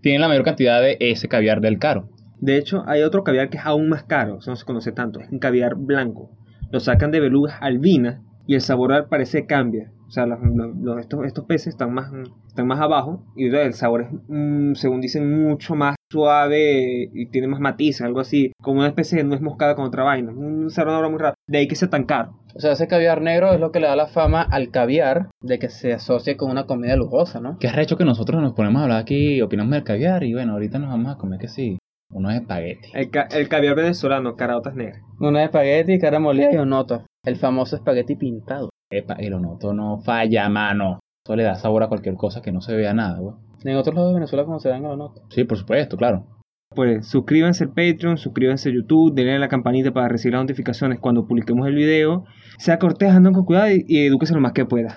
Speaker 3: tienen la mayor cantidad de ese caviar del caro.
Speaker 2: De hecho, hay otro caviar que es aún más caro, eso no se conoce tanto, es un caviar blanco. Lo sacan de belugas albinas y el sabor al parecer cambia. O sea, los- los- los- estos, estos peces están más, están más abajo y el sabor es, mm, según dicen, mucho más suave y tiene más matices, algo así, como una especie de nuez moscada con otra vaina. Un sabor ahora muy raro. De ahí que sea tan caro.
Speaker 1: O sea, ese caviar negro es lo que le da la fama al caviar de que se asocie con una comida lujosa, ¿no?
Speaker 3: Qué arrecho que nosotros nos ponemos a hablar aquí, opinamos del caviar y bueno, ahorita nos vamos a comer que sí, unos espaguetis.
Speaker 2: El, ca- el caviar venezolano, caraotas negras.
Speaker 1: Una de espagueti, cara molida y onoto. El famoso espagueti pintado.
Speaker 3: Epa, el onoto no falla, mano. Eso le da sabor a cualquier cosa que no se vea nada, güey.
Speaker 1: En otros lados de Venezuela como se dan el onoto.
Speaker 3: Sí, por supuesto, claro.
Speaker 2: Pues suscríbanse al Patreon, suscríbanse a YouTube, denle a la campanita para recibir las notificaciones cuando publiquemos el video. Sea cortés, andan con cuidado y, y edúquese lo más que pueda.